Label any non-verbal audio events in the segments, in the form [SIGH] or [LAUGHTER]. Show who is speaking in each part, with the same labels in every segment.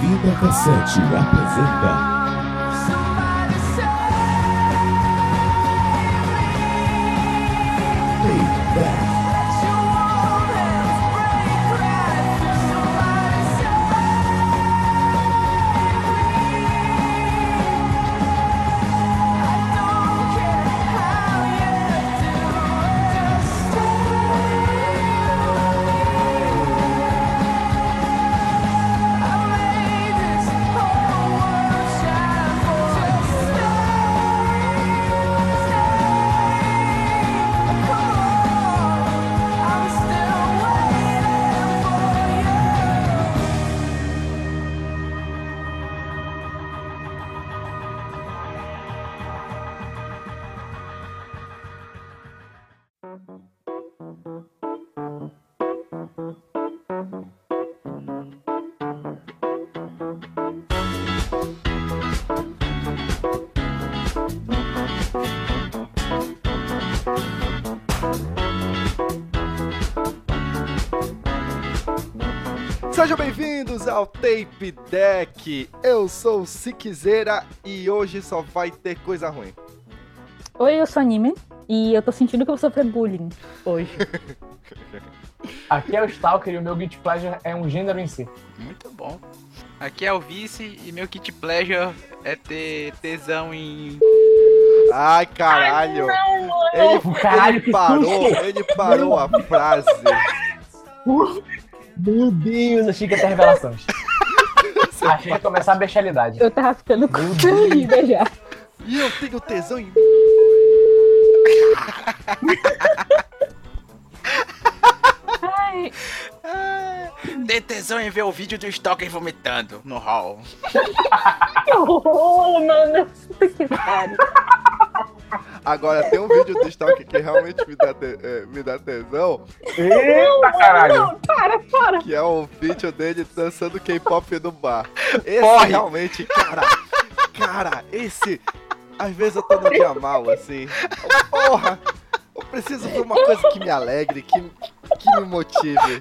Speaker 1: Banda Cassete apresenta Playback.
Speaker 2: Sejam bem-vindos ao Tape Deck. Eu sou o Siquezeira e hoje só vai ter coisa ruim.
Speaker 3: Oi, eu sou Anime e eu tô sentindo que eu vou sofrer bullying hoje.
Speaker 4: Aqui é o Stalker e o meu Guilty Pleasure é um gênero em si.
Speaker 5: Muito bom. Aqui é o Vice e meu kit pleasure é ter tesão em.
Speaker 2: Ai, caralho. Ele,
Speaker 4: Caralho,
Speaker 2: ele
Speaker 4: que
Speaker 2: parou, ele parou a frase.
Speaker 4: Meu Deus, achei que ia ter revelações. [LAUGHS] achei que ia começar a bestialidade.
Speaker 3: Eu tava ficando com [LAUGHS] comida já.
Speaker 2: E eu tenho tesão em...
Speaker 3: Ai,
Speaker 5: Ter tesão em ver o vídeo do Stalker vomitando no hall.
Speaker 3: que horror, mano. Puta que pariu.
Speaker 2: Agora, tem um vídeo do Stalker que realmente me dá, te- eh, me dá tesão,
Speaker 4: Eita caralho!
Speaker 3: Não, para, para.
Speaker 2: que é o vídeo dele dançando K-pop no bar. Esse
Speaker 5: Corre.
Speaker 2: realmente, cara, cara, esse... Às vezes eu tô no dia mal, assim. Porra, eu preciso ver uma coisa que me alegre, que, que me motive.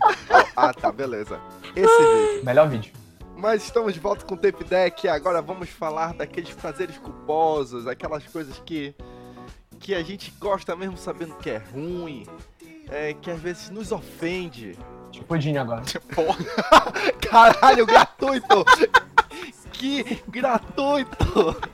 Speaker 2: Ah, tá, beleza. Esse vídeo.
Speaker 4: Melhor vídeo.
Speaker 2: Mas estamos de volta com o Tape Deck e agora vamos falar daqueles prazeres culposos, aquelas coisas que, que a gente gosta mesmo sabendo que é ruim, é, que às vezes nos ofende.
Speaker 4: Tipo o Dinho agora.
Speaker 2: Caralho, gratuito! que gratuito!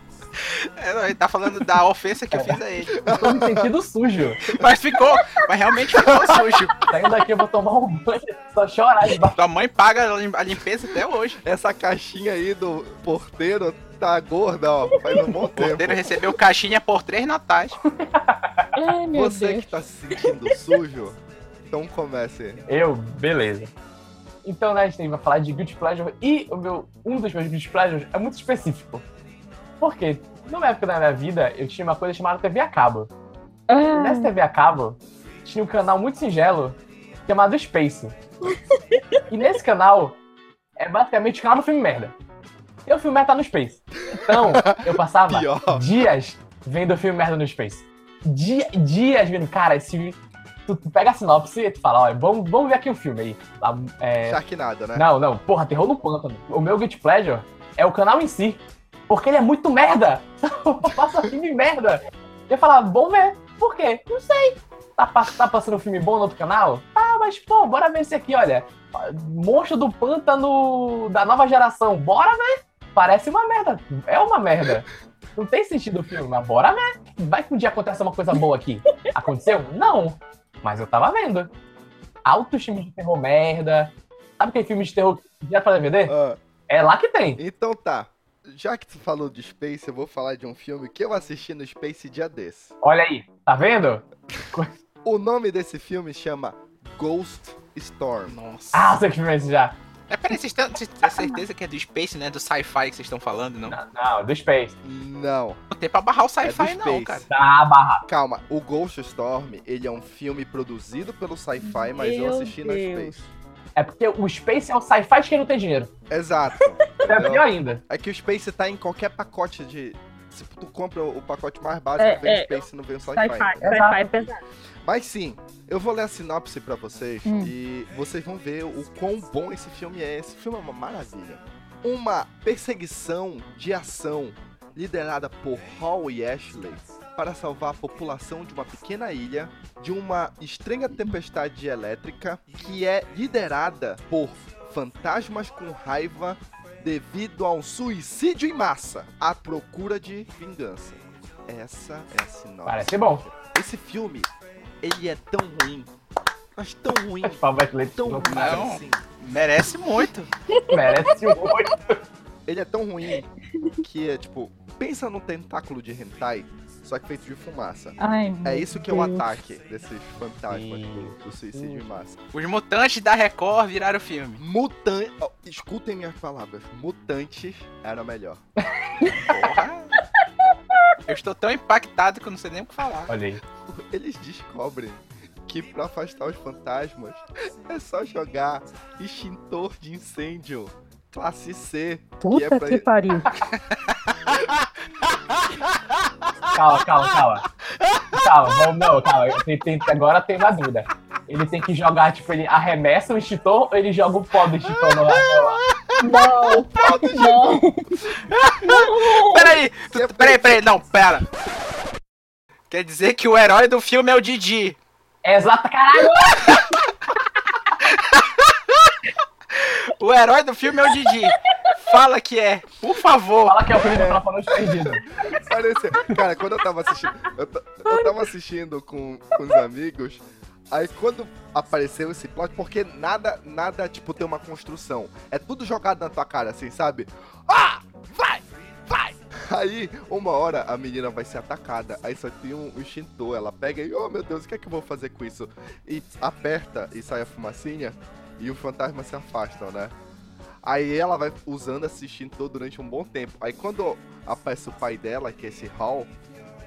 Speaker 5: É, não, Ele tá falando da ofensa que eu fiz a ele.
Speaker 4: Eu tô me sentindo sujo.
Speaker 5: Mas ficou, mas realmente [LAUGHS] ficou sujo.
Speaker 4: Saindo daqui eu vou tomar um banho só chorar de baixo.
Speaker 5: Tua mãe paga a lim- a limpeza até hoje.
Speaker 2: Essa caixinha aí do porteiro tá gorda, ó, faz um bom
Speaker 5: O porteiro
Speaker 2: tempo.
Speaker 5: recebeu caixinha por três natais.
Speaker 3: [LAUGHS] Ai, meu
Speaker 2: Você
Speaker 3: Deus.
Speaker 2: que tá se sentindo sujo, então comece.
Speaker 4: Eu, beleza. Então, né, a gente vai falar de Guilty Pleasure e o meu, um dos meus Guilty Pleasures é muito específico. Por quê? Numa época da minha vida, eu tinha uma coisa chamada TV a cabo. E
Speaker 2: é
Speaker 4: Nessa
Speaker 3: Ah,
Speaker 4: TV a cabo, tinha um canal muito singelo chamado Space. e nesse canal é basicamente o canal do filme merda. E o filme merda tá no Space. Então, eu passava
Speaker 2: Pior.
Speaker 4: dias vendo o filme merda no Space. Dia- dias vendo. Cara, esse. Tu, tu pega a sinopse e tu fala, olha, vamos, vamos ver aqui o filme aí. Lá, é,
Speaker 2: Sharknado, né?
Speaker 4: não, não. Porra, terror no pântano. O meu Guilty Pleasure é o canal em si. Porque ele é muito merda. [LAUGHS] Eu Passa filme merda. Eu falava, bom ver. Por quê? Não sei. Tá, pa- tá passando um filme bom no outro canal? Ah, mas pô, bora ver esse aqui, olha. Monstro do pântano da nova geração. Bora ver. Parece uma merda. É uma merda. Não tem sentido o filme, mas bora ver. Vai que um dia acontece uma coisa boa aqui. Aconteceu? Não. Mas eu tava vendo. Altos filmes de terror merda. Sabe aquele filme de terror que já pra DVD?
Speaker 2: Ah.
Speaker 4: É lá que tem.
Speaker 2: Então tá. Já que tu falou de Space, eu vou falar de um filme que eu assisti no Space dia desse.
Speaker 4: Olha aí, tá vendo?
Speaker 2: O nome desse filme chama Ghost Storm.
Speaker 5: Nossa.
Speaker 4: Ah, sei que filme é esse já.
Speaker 5: É, peraí, vocês têm vocês têm certeza que é do Space, né? Do sci-fi que vocês estão falando, não?
Speaker 4: Não, não, é do Space.
Speaker 2: Não,
Speaker 5: Não tem pra barrar o
Speaker 2: é do
Speaker 5: sci-fi,
Speaker 2: Space.
Speaker 5: não, cara.
Speaker 4: Tá, barra.
Speaker 2: Calma, o Ghost Storm, ele é um filme produzido pelo Sci-Fi, mas eu
Speaker 3: Meu
Speaker 2: assisti no
Speaker 3: Deus.
Speaker 2: Space.
Speaker 4: É porque o Space é o sci-fi de quem não tem dinheiro.
Speaker 2: Exato.
Speaker 4: É
Speaker 2: Não.
Speaker 4: pior ainda.
Speaker 2: É que o Space tá em qualquer pacote de... Se tu compra o pacote mais básico,
Speaker 3: É,
Speaker 2: vem
Speaker 3: é.
Speaker 2: o Space e não vem o
Speaker 3: Sai
Speaker 2: Sci-Fi.
Speaker 3: pai, sai pai, pesado.
Speaker 2: Mas sim, eu vou ler a sinopse pra vocês
Speaker 3: Hum.
Speaker 2: e vocês vão ver o quão bom esse filme é. Esse filme é uma maravilha. uma perseguição de ação liderada por Hall e Ashley para salvar a população de uma pequena ilha de uma estranha tempestade elétrica que é liderada por fantasmas com raiva devido a um suicídio em massa à procura de vingança. Essa é a sinopse.
Speaker 4: Parece bom.
Speaker 2: Esse filme, ele é tão ruim, mas tão ruim,
Speaker 4: Acho que o Paulo vai ler esse
Speaker 2: tão
Speaker 4: jogo.
Speaker 2: ruim
Speaker 5: Não.
Speaker 2: assim.
Speaker 5: Merece muito.
Speaker 4: Merece um oito.
Speaker 2: Ele é tão ruim que é tipo, pensa num tentáculo de hentai, só que feito de fumaça.
Speaker 3: Ai,
Speaker 2: É
Speaker 3: meu
Speaker 2: isso que é o
Speaker 3: Deus.
Speaker 2: ataque desses fantasmas do, do suicídio em massa.
Speaker 5: Os mutantes da Record viraram filme.
Speaker 2: Mutantes. escutem minhas palavras. Mutantes era melhor. Porra,
Speaker 5: [LAUGHS] Eu estou tão impactado que eu não sei nem o que falar.
Speaker 4: Olha aí.
Speaker 2: eles descobrem que pra afastar os fantasmas é só jogar extintor de incêndio classe C.
Speaker 3: Puta
Speaker 2: que é pra-
Speaker 3: que pariu.
Speaker 4: Calma, calma, calma. Calma, vamos, não, calma. Tem- tem- agora tem uma dúvida. Ele tem que jogar, tipo, ele arremessa o extintor ou ele joga o pó do extintor no ar?
Speaker 3: Não, não.
Speaker 5: Peraí,
Speaker 2: Que é pra-
Speaker 5: peraí, peraí, não, pera. Quer dizer que o herói do filme é o Didi.
Speaker 4: É exato, caralho!
Speaker 5: O herói do filme é o Didi. Fala que é, por favor.
Speaker 4: Fala que é o filme do Profanante Perdido.
Speaker 2: Parecia. Cara, quando eu tava assistindo. Eu, ta- eu tava assistindo com, com os amigos. Aí quando apareceu esse plot, porque nada, nada, tipo, tem uma construção. É tudo jogado na tua cara, assim, sabe? Ah! Vai! Vai! Aí, uma hora, a menina vai ser atacada. Aí só tem um um extintor. Ela pega e, oh meu Deus, o que é que eu vou fazer com isso? E aperta e sai a fumacinha. E o fantasma se afastam, né? Aí ela vai usando esse extintor durante um bom tempo. Aí quando aparece o pai dela, que é esse Hall,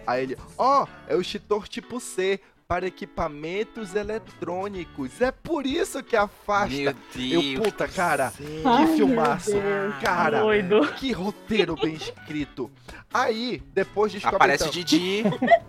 Speaker 2: aí ele, ó, é o extintor tipo C para equipamentos eletrônicos. É por isso que é. afasta. Eu, puta, cara,
Speaker 3: Ai,
Speaker 2: que
Speaker 3: meu
Speaker 2: filmaço,
Speaker 3: Deus.
Speaker 2: cara.
Speaker 3: Doido.
Speaker 2: Que roteiro bem escrito. Aí, depois descobre
Speaker 5: Aparece o
Speaker 2: então-
Speaker 5: Didi.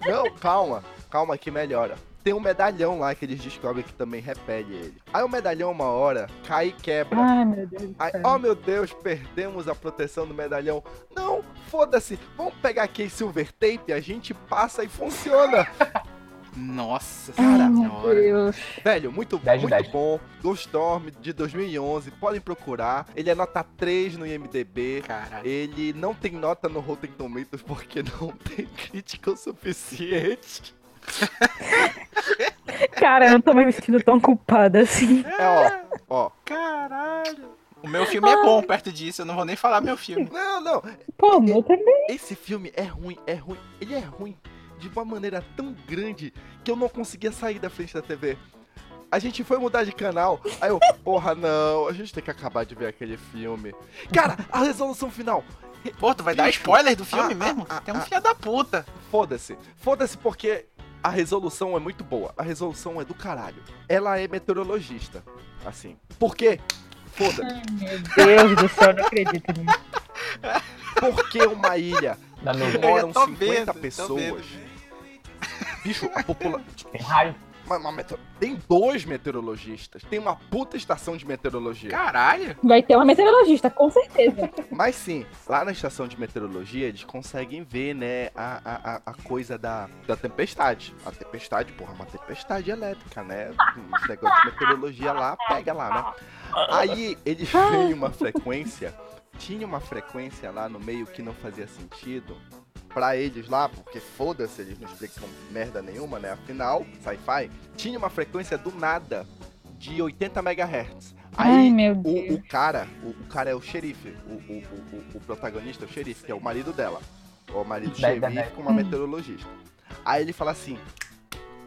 Speaker 2: não, calma, calma que melhora. Tem um medalhão lá que eles descobrem que também repele ele. Aí o medalhão uma hora cai e quebra.
Speaker 3: Ai, meu Deus. do
Speaker 2: Aí,
Speaker 3: céu.
Speaker 2: oh meu Deus, perdemos a proteção do medalhão. Não, foda-se. Vamos pegar aquele silver tape, a gente passa e funciona.
Speaker 5: Nossa
Speaker 3: Ai, meu
Speaker 5: senhora.
Speaker 3: Deus.
Speaker 2: Velho, muito,
Speaker 4: Dez de
Speaker 2: muito
Speaker 4: dez.
Speaker 2: bom. Ghostorm de 2011, podem procurar. Ele é nota 3 no IMDB.
Speaker 5: Caralho.
Speaker 2: Ele não tem nota no Rotten Tomatoes porque [LAUGHS] não tem crítica o suficiente.
Speaker 3: Cara, eu tô me sentindo tão culpada assim.
Speaker 2: É, ó, ó.
Speaker 5: Caralho. O meu filme é bom perto disso, eu não vou nem falar meu filme.
Speaker 2: Não, não,
Speaker 3: Pô, o meu também.
Speaker 2: Esse filme é ruim, é ruim, ele é ruim de uma maneira tão grande que eu não conseguia sair da frente da TV. A gente foi mudar de canal, aí eu, [LAUGHS] porra, não, a gente tem que acabar de ver aquele filme. Cara, a resolução final,
Speaker 5: Pô, tu vai dar
Speaker 2: Bicho.
Speaker 5: spoiler do filme
Speaker 2: Ah,
Speaker 5: mesmo?
Speaker 2: ah,
Speaker 5: Tem um
Speaker 2: ah.
Speaker 5: filho da puta.
Speaker 2: foda-se. Foda-se porque a resolução é muito boa, a resolução é do caralho. Ela é meteorologista, assim. Por quê? Foda-se.
Speaker 3: Meu Deus do céu, não acredito nisso.
Speaker 2: Por que uma ilha
Speaker 4: Da
Speaker 2: que
Speaker 4: nuvem.
Speaker 2: moram
Speaker 5: Eu tô
Speaker 2: 50
Speaker 5: vendo, tô
Speaker 2: pessoas? Bicho, a população...
Speaker 4: Tem raio.
Speaker 2: Uma- uma meteo- Tem dois meteorologistas. Tem uma puta estação de meteorologia.
Speaker 5: Caralho.
Speaker 3: Vai ter uma meteorologista, com certeza.
Speaker 2: Mas sim, lá na estação de meteorologia eles conseguem ver, né, a, a, a- a coisa da, da tempestade. A tempestade, porra, é uma tempestade elétrica, né? Esse negócio de meteorologia lá, pega lá, né? Aí eles
Speaker 3: Ah.
Speaker 2: veem uma frequência. Tinha uma frequência lá no meio que não fazia sentido pra eles lá, porque foda-se, eles não explicam merda nenhuma, né? Afinal, sci-fi, tinha uma frequência do nada de 80 MHz. Aí
Speaker 3: Ai, meu
Speaker 2: o, o
Speaker 3: Deus.
Speaker 2: cara, o, o cara é o xerife, o, o, o, o- o protagonista é o xerife, que é o marido dela. É O marido do
Speaker 4: Dez, dez,
Speaker 2: xerife
Speaker 4: dez.
Speaker 2: com uma meteorologista. Aí ele fala assim,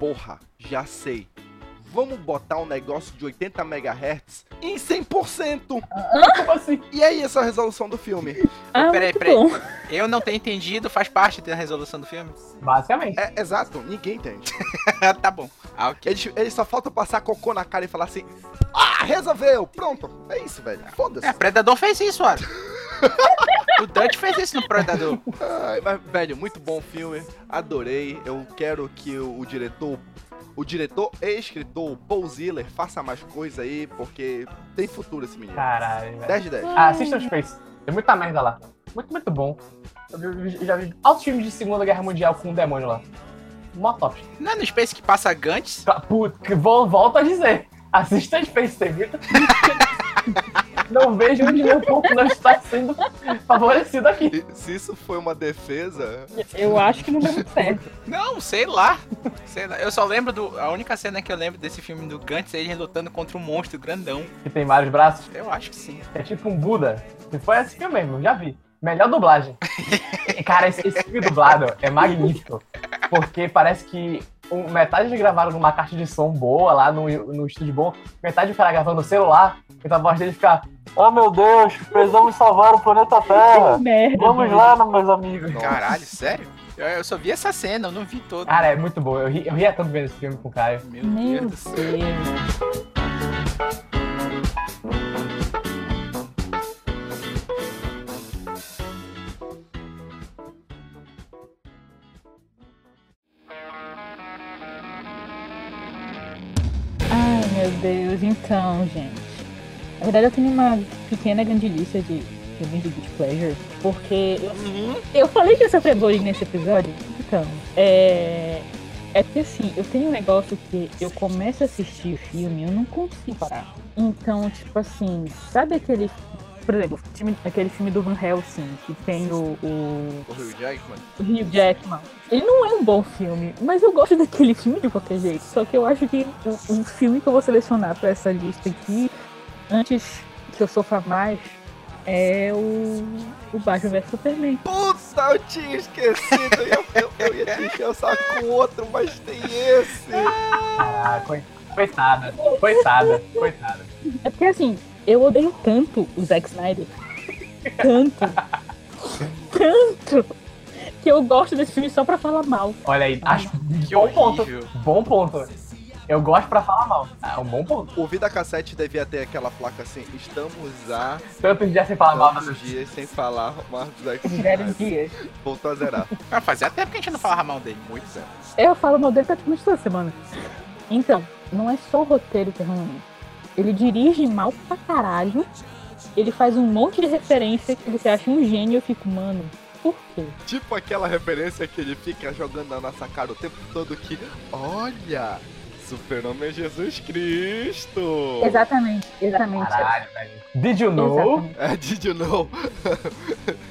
Speaker 2: porra, já sei. Vamos botar um negócio de 80 MHz em 100%.
Speaker 4: Como assim?
Speaker 2: E aí essa é a resolução do filme.
Speaker 3: Ah,
Speaker 5: peraí,
Speaker 3: muito
Speaker 5: peraí.
Speaker 3: bom.
Speaker 5: Eu não tenho entendido, faz parte da resolução do filme?
Speaker 4: Basicamente.
Speaker 2: É, exato, ninguém entende.
Speaker 5: tá bom. Ah, ok.
Speaker 2: Eles, eles só faltam passar cocô na cara e falar assim, ah, resolveu, pronto. É isso, velho, foda-se.
Speaker 5: É, Predador fez isso, olha. o Dante fez isso no Predador.
Speaker 2: Ai, mas, velho, muito bom filme. Adorei. Eu quero que o, o diretor. O diretor e escritor Paul Ziller faça mais coisa aí, porque tem futuro esse menino.
Speaker 4: Caralho, velho.
Speaker 2: 10 de 10.
Speaker 3: Ah,
Speaker 4: Ah, assista os Space. Tem muita merda lá. Muito, muito bom. Eu vi- já vi altos filmes de Segunda Guerra Mundial com um demônio lá. Mó top.
Speaker 5: Não é no Space que passa Gantz?
Speaker 4: Pra- Puta, Tá que vol- volto a dizer. Assista Space TV. não vejo onde meu corpo não está sendo favorecido aqui.
Speaker 2: E Se isso foi uma defesa,
Speaker 3: Eu acho que não deu muito certo.
Speaker 5: Não, sei lá. Sei lá. Eu só lembro do. A única cena que eu lembro desse filme do Gantz é ele lutando contra um monstro grandão.
Speaker 4: Que tem vários braços.
Speaker 5: Eu acho que sim.
Speaker 4: É tipo um Buda. Se foi esse filme mesmo, já vi. Melhor dublagem. Cara, esse, esse filme dublado é magnífico. Porque parece que um- metade eles gravaram numa caixa de som boa lá no, no estúdio bom, metade o cara gravando no celular, então a voz dele fica. Oh meu Deus, precisamos salvar o planeta Terra!
Speaker 3: Merda.
Speaker 4: Vamos lá, meus amigos!
Speaker 5: Caralho, sério? Eu, eu só vi essa cena, eu não vi todo.
Speaker 4: Cara, é muito bom. Eu, ri, eu ria tanto vendo esse filme com o Caio.
Speaker 5: Meu,
Speaker 3: Meu
Speaker 5: Deus do
Speaker 3: Deus.
Speaker 5: céu.
Speaker 3: Ai, meu Deus. Então, gente. Na verdade, eu tenho uma pequena grande lista de filmes de Good Pleasure. Porque eu
Speaker 5: Uhum.
Speaker 3: Eu falei que ia sofrer bullying nesse episódio? Então, é. É porque assim, eu tenho um negócio que eu começo a assistir filme e eu não consigo parar. Então, tipo assim, sabe aquele. Por exemplo, time- aquele filme do Van Helsing, que tem o, o,
Speaker 2: o Hugh Jackman.
Speaker 3: o Hugh Jackman. Ele não é um bom filme, mas eu gosto daquele filme de qualquer jeito. Só que eu acho que o, o filme que eu vou selecionar pra essa lista aqui, antes que eu sofra mais, é o, o Batman vs Superman.
Speaker 2: Puta, eu tinha esquecido. Eu, eu- eu ia te encher o saco com outro, mas tem esse.
Speaker 4: Ah, coi- coitada, coitada, coitada.
Speaker 3: É porque assim, eu odeio tanto o Zack Snyder. Tanto. tanto. Que eu gosto desse filme só pra falar mal.
Speaker 4: Olha aí, acho
Speaker 5: Que
Speaker 4: bom ponto.
Speaker 5: horrível.
Speaker 4: Bom ponto. Eu gosto pra falar mal. Ah, É um bom ponto.
Speaker 2: O Vida Cassete devia ter aquela placa assim: estamos há
Speaker 4: Tantos dias sem falar mal,
Speaker 2: tantos
Speaker 4: mas
Speaker 2: dias sem falar mal do Zack
Speaker 3: Vários
Speaker 2: Snyder.
Speaker 3: dias.
Speaker 2: Voltou a zerar.
Speaker 5: Vai fazer até porque a gente não falava mal dele. Muito anos.
Speaker 3: Eu falo mal dele praticamente toda semana. Então, não é só o roteiro que é ruim. Ele dirige mal pra caralho. Ele faz um monte de referência que você acha um gênio e eu fico, mano, por quê?
Speaker 2: Tipo aquela referência que ele fica jogando na nossa cara o tempo todo que, olha, Super-Homem é Jesus Cristo.
Speaker 3: Exatamente, exatamente.
Speaker 4: Caralho, velho. Did you know?
Speaker 3: Exatamente.
Speaker 2: É, did you know?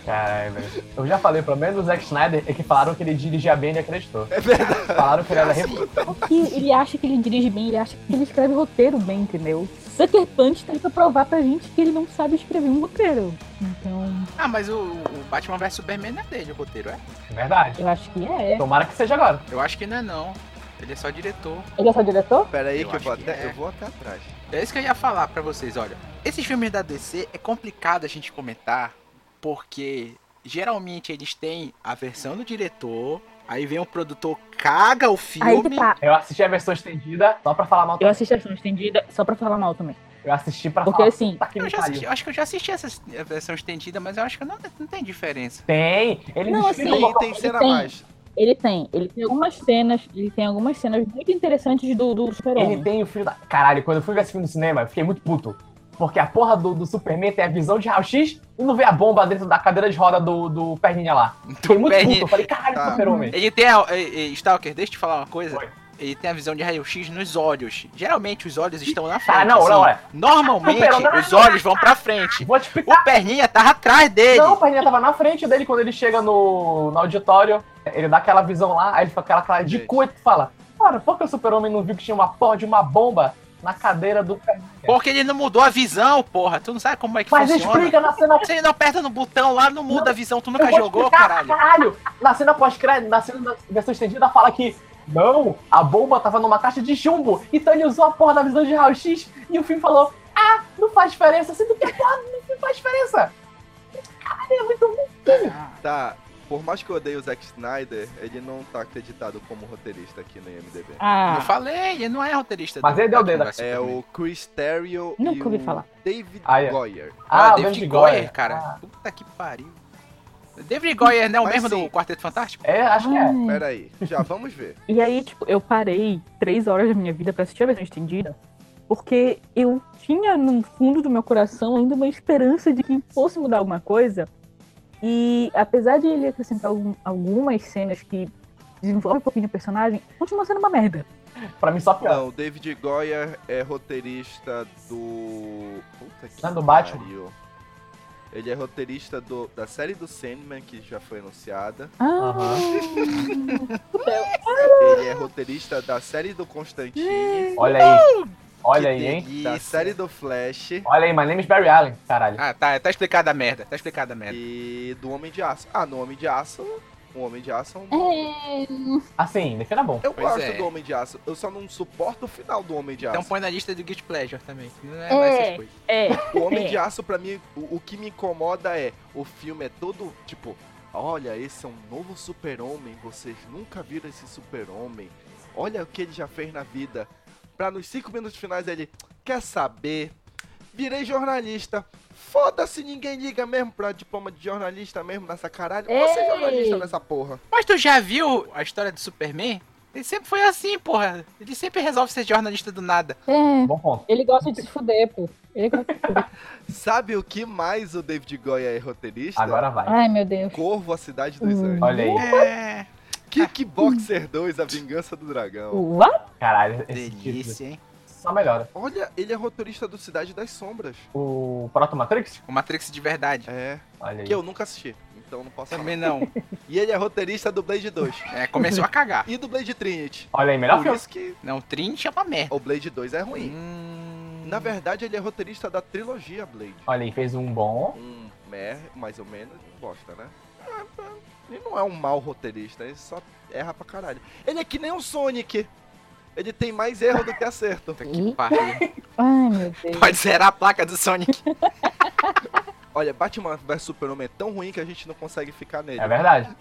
Speaker 4: Caralho, velho. Eu já falei, pelo menos o Zack Snyder é que falaram que ele dirigia bem e ele acreditou.
Speaker 2: É verdade.
Speaker 4: Falaram que ele
Speaker 5: É
Speaker 4: era
Speaker 5: assim.
Speaker 4: rep...
Speaker 3: que ele acha que ele dirige bem, ele acha que ele escreve roteiro bem, entendeu? Sucker Punch tá aí pra provar pra gente que ele não sabe escrever um roteiro. Então,
Speaker 5: Ah, mas o, o Batman vs Superman não é dele o roteiro, é?
Speaker 4: Verdade.
Speaker 3: eu acho que é.
Speaker 4: Tomara que seja agora.
Speaker 5: Eu acho que não é não. Ele é só diretor.
Speaker 3: Ele é só diretor?
Speaker 2: Pera aí
Speaker 5: Eu
Speaker 2: que eu vou
Speaker 5: acho que
Speaker 2: até,
Speaker 5: é.
Speaker 2: eu vou até atrás.
Speaker 5: É isso que eu ia falar pra vocês, olha. Esses filmes da DC é complicado a gente comentar, porque geralmente eles têm a versão do diretor, aí vem o produtor, caga o
Speaker 3: Aí que
Speaker 5: filme.
Speaker 3: tá.
Speaker 4: Eu assisti a versão estendida só pra falar mal.
Speaker 3: Eu assisti a versão estendida só pra falar mal também.
Speaker 4: Eu assisti pra
Speaker 3: Porque
Speaker 4: falar.
Speaker 3: assim,
Speaker 4: Tá que
Speaker 5: Eu
Speaker 4: me
Speaker 5: já assisti-
Speaker 4: pariu.
Speaker 5: eu acho que eu já assisti essa a versão estendida, mas eu acho que não, não tem diferença.
Speaker 4: Tem. Eles
Speaker 3: Não,
Speaker 4: explicam
Speaker 3: assim,
Speaker 2: Tem,
Speaker 4: qual-
Speaker 2: tem cena
Speaker 3: tem.
Speaker 2: mais.
Speaker 3: ele tem. Ele tem algumas cenas, ele tem algumas cenas muito interessantes do, do
Speaker 4: Ele
Speaker 3: Super-Homem.
Speaker 4: tem o filho da. Caralho, quando eu fui ver esse filme no cinema, eu fiquei muito puto. Porque a porra do, do Superman tem a visão de raio-x e não vê a bomba dentro da cadeira de roda do, do Perninha lá. Fiquei muito
Speaker 5: Perninha.
Speaker 4: puto.
Speaker 5: Ah,
Speaker 4: Eu falei, caralho,
Speaker 2: Tá.
Speaker 4: Super-Homem.
Speaker 5: Ele tem a. e- e- Stalker, deixa eu te falar uma coisa.
Speaker 4: Oi.
Speaker 5: Ele tem a visão de raio-x nos olhos. Geralmente os olhos estão na frente.
Speaker 4: Ah, não,
Speaker 5: assim.
Speaker 4: não, olha.
Speaker 5: Normalmente
Speaker 4: Não, não, não,
Speaker 5: os olhos vão pra frente.
Speaker 4: Vou te explicar.
Speaker 5: O perninha tava atrás dele.
Speaker 4: Não, o Perninha tava na frente dele quando ele chega no, no auditório. Ele dá aquela visão lá, aí ele fala aquela cara de
Speaker 2: Gente.
Speaker 4: cu e tu fala: Cara, por que o Super-Homem não viu que tinha uma porra de uma bomba na cadeira do Perninha?
Speaker 5: Porque ele não mudou a visão, porra. Tu não sabe como é que
Speaker 4: Mas
Speaker 5: funciona.
Speaker 4: explica na cena
Speaker 5: Se ele não aperta no botão lá, não muda a visão. Tu
Speaker 4: Eu
Speaker 5: nunca
Speaker 4: vou
Speaker 5: jogou,
Speaker 4: explicar,
Speaker 5: caralho.
Speaker 4: Na cena pós-crédito, na cena da versão estendida, fala que não, a bomba tava numa caixa de chumbo, então ele usou a porra da visão de raio-x e o filme falou: Ah, não faz diferença, sendo que a porra não faz diferença. Caralho, é muito bom.
Speaker 2: Tá, por mais que eu odeie o Zack Snyder, ele não tá acreditado como roteirista aqui no IMDB.
Speaker 5: Eu
Speaker 3: Ah,
Speaker 5: falei, ele não é roteirista.
Speaker 4: Mas
Speaker 5: do
Speaker 4: ele deu o
Speaker 5: Batman
Speaker 4: dedo.
Speaker 5: vs
Speaker 2: É
Speaker 5: Superman.
Speaker 2: o Chris Terrio
Speaker 3: Nunca
Speaker 2: e
Speaker 3: ouvi
Speaker 2: o
Speaker 3: falar.
Speaker 2: David
Speaker 4: Ah, é.
Speaker 2: Goyer.
Speaker 5: Ah,
Speaker 4: o
Speaker 5: David
Speaker 4: David
Speaker 5: Goyer,
Speaker 4: Goyer.
Speaker 5: cara.
Speaker 4: Ah,
Speaker 5: Puta que pariu. David Goyer não é o
Speaker 2: Mas
Speaker 5: mesmo
Speaker 2: sim.
Speaker 5: do Quarteto Fantástico?
Speaker 4: É, acho
Speaker 3: Ah,
Speaker 4: que é.
Speaker 2: Pera aí, já vamos ver.
Speaker 3: e aí, tipo, eu parei três horas da minha vida pra assistir a versão estendida. Porque eu tinha no fundo do meu coração ainda uma esperança de que fosse mudar alguma coisa. E apesar de ele acrescentar algum- algumas cenas que desenvolvem um pouquinho o personagem, continua sendo uma merda.
Speaker 4: Pra mim só pior.
Speaker 2: Não, o David Goya é roteirista do. Puta que
Speaker 4: Não, do Batman.
Speaker 2: pariu. Ele é roteirista do- da série do Sandman, que já foi anunciada.
Speaker 3: Ah,
Speaker 4: Aham.
Speaker 2: Ele é roteirista da série do Constantine.
Speaker 4: Olha aí. Olha
Speaker 2: que
Speaker 4: aí,
Speaker 2: tem-
Speaker 4: hein?
Speaker 2: Da série do Flash.
Speaker 4: Olha aí, my name is Barry Allen, caralho.
Speaker 5: Ah, tá, tá explicada a merda, tá explicada a merda.
Speaker 2: E do Homem de Aço. Ah, no Homem de Aço. O Homem de Aço é um
Speaker 4: Assim, defenda bom.
Speaker 2: Eu
Speaker 5: Pois
Speaker 2: gosto
Speaker 5: é.
Speaker 2: do Homem de Aço, eu só não suporto o final do Homem de Aço.
Speaker 5: Então põe na lista do Guilty Pleasure também, que não é, lá essas
Speaker 3: É.
Speaker 5: coisas.
Speaker 3: é.
Speaker 2: o Homem de Aço, pra mim, o, o que me incomoda é o filme é todo tipo: olha, esse é um novo super-homem, vocês nunca viram esse super-homem, olha o que ele já fez na vida. Pra nos cinco minutos finais ele quer saber, virei jornalista. Foda-se, ninguém liga mesmo pra diploma de jornalista mesmo nessa caralho. Você é
Speaker 3: Ei!
Speaker 2: jornalista nessa porra.
Speaker 5: Mas tu já viu a história do Superman? Ele sempre foi assim, porra. Ele sempre resolve ser jornalista do nada.
Speaker 3: É.
Speaker 4: Bom ponto.
Speaker 3: Ele gosta de se fuder, pô. Ele gosta de se [LAUGHS] fuder.
Speaker 2: Sabe o que mais o David Goya é roteirista?
Speaker 4: Agora vai.
Speaker 3: Ai, meu Deus.
Speaker 2: Corvo, a cidade dos
Speaker 3: Hum.
Speaker 2: anjos.
Speaker 4: Olha aí.
Speaker 5: É.
Speaker 2: Kickboxer 2, A Vingança do Dragão.
Speaker 3: What?
Speaker 4: Caralho, esse tipo título
Speaker 5: Delícia, hein?
Speaker 4: só melhora.
Speaker 2: Olha, ele é roteirista do Cidade das Sombras.
Speaker 4: O Proto Matrix?
Speaker 5: O Matrix de verdade.
Speaker 2: É,
Speaker 4: Olha aí.
Speaker 2: que eu nunca assisti, então não posso falar.
Speaker 5: Também não.
Speaker 2: E ele é roteirista do Blade 2
Speaker 5: É, começou a cagar.
Speaker 2: [LAUGHS] e do Blade Trinity.
Speaker 4: Olha aí, melhor
Speaker 2: Por
Speaker 4: filme.
Speaker 2: isso que
Speaker 5: Não, Trinity é uma merda.
Speaker 2: o Blade 2 é ruim.
Speaker 5: Hum...
Speaker 2: Na verdade, ele é roteirista da trilogia Blade.
Speaker 4: Olha aí, fez um bom.
Speaker 2: Um mer, mais ou menos, bosta, né? Ele não é um mau roteirista, ele só erra pra caralho. Ele é que nem o Sonic. Ele tem mais erro do que acerto.
Speaker 5: Puta que pariu.
Speaker 3: Ai, meu Deus.
Speaker 5: Pode zerar a placa do Sonic.
Speaker 2: Olha, Batman vs Superman é tão ruim que a gente não consegue ficar nele.
Speaker 4: É verdade.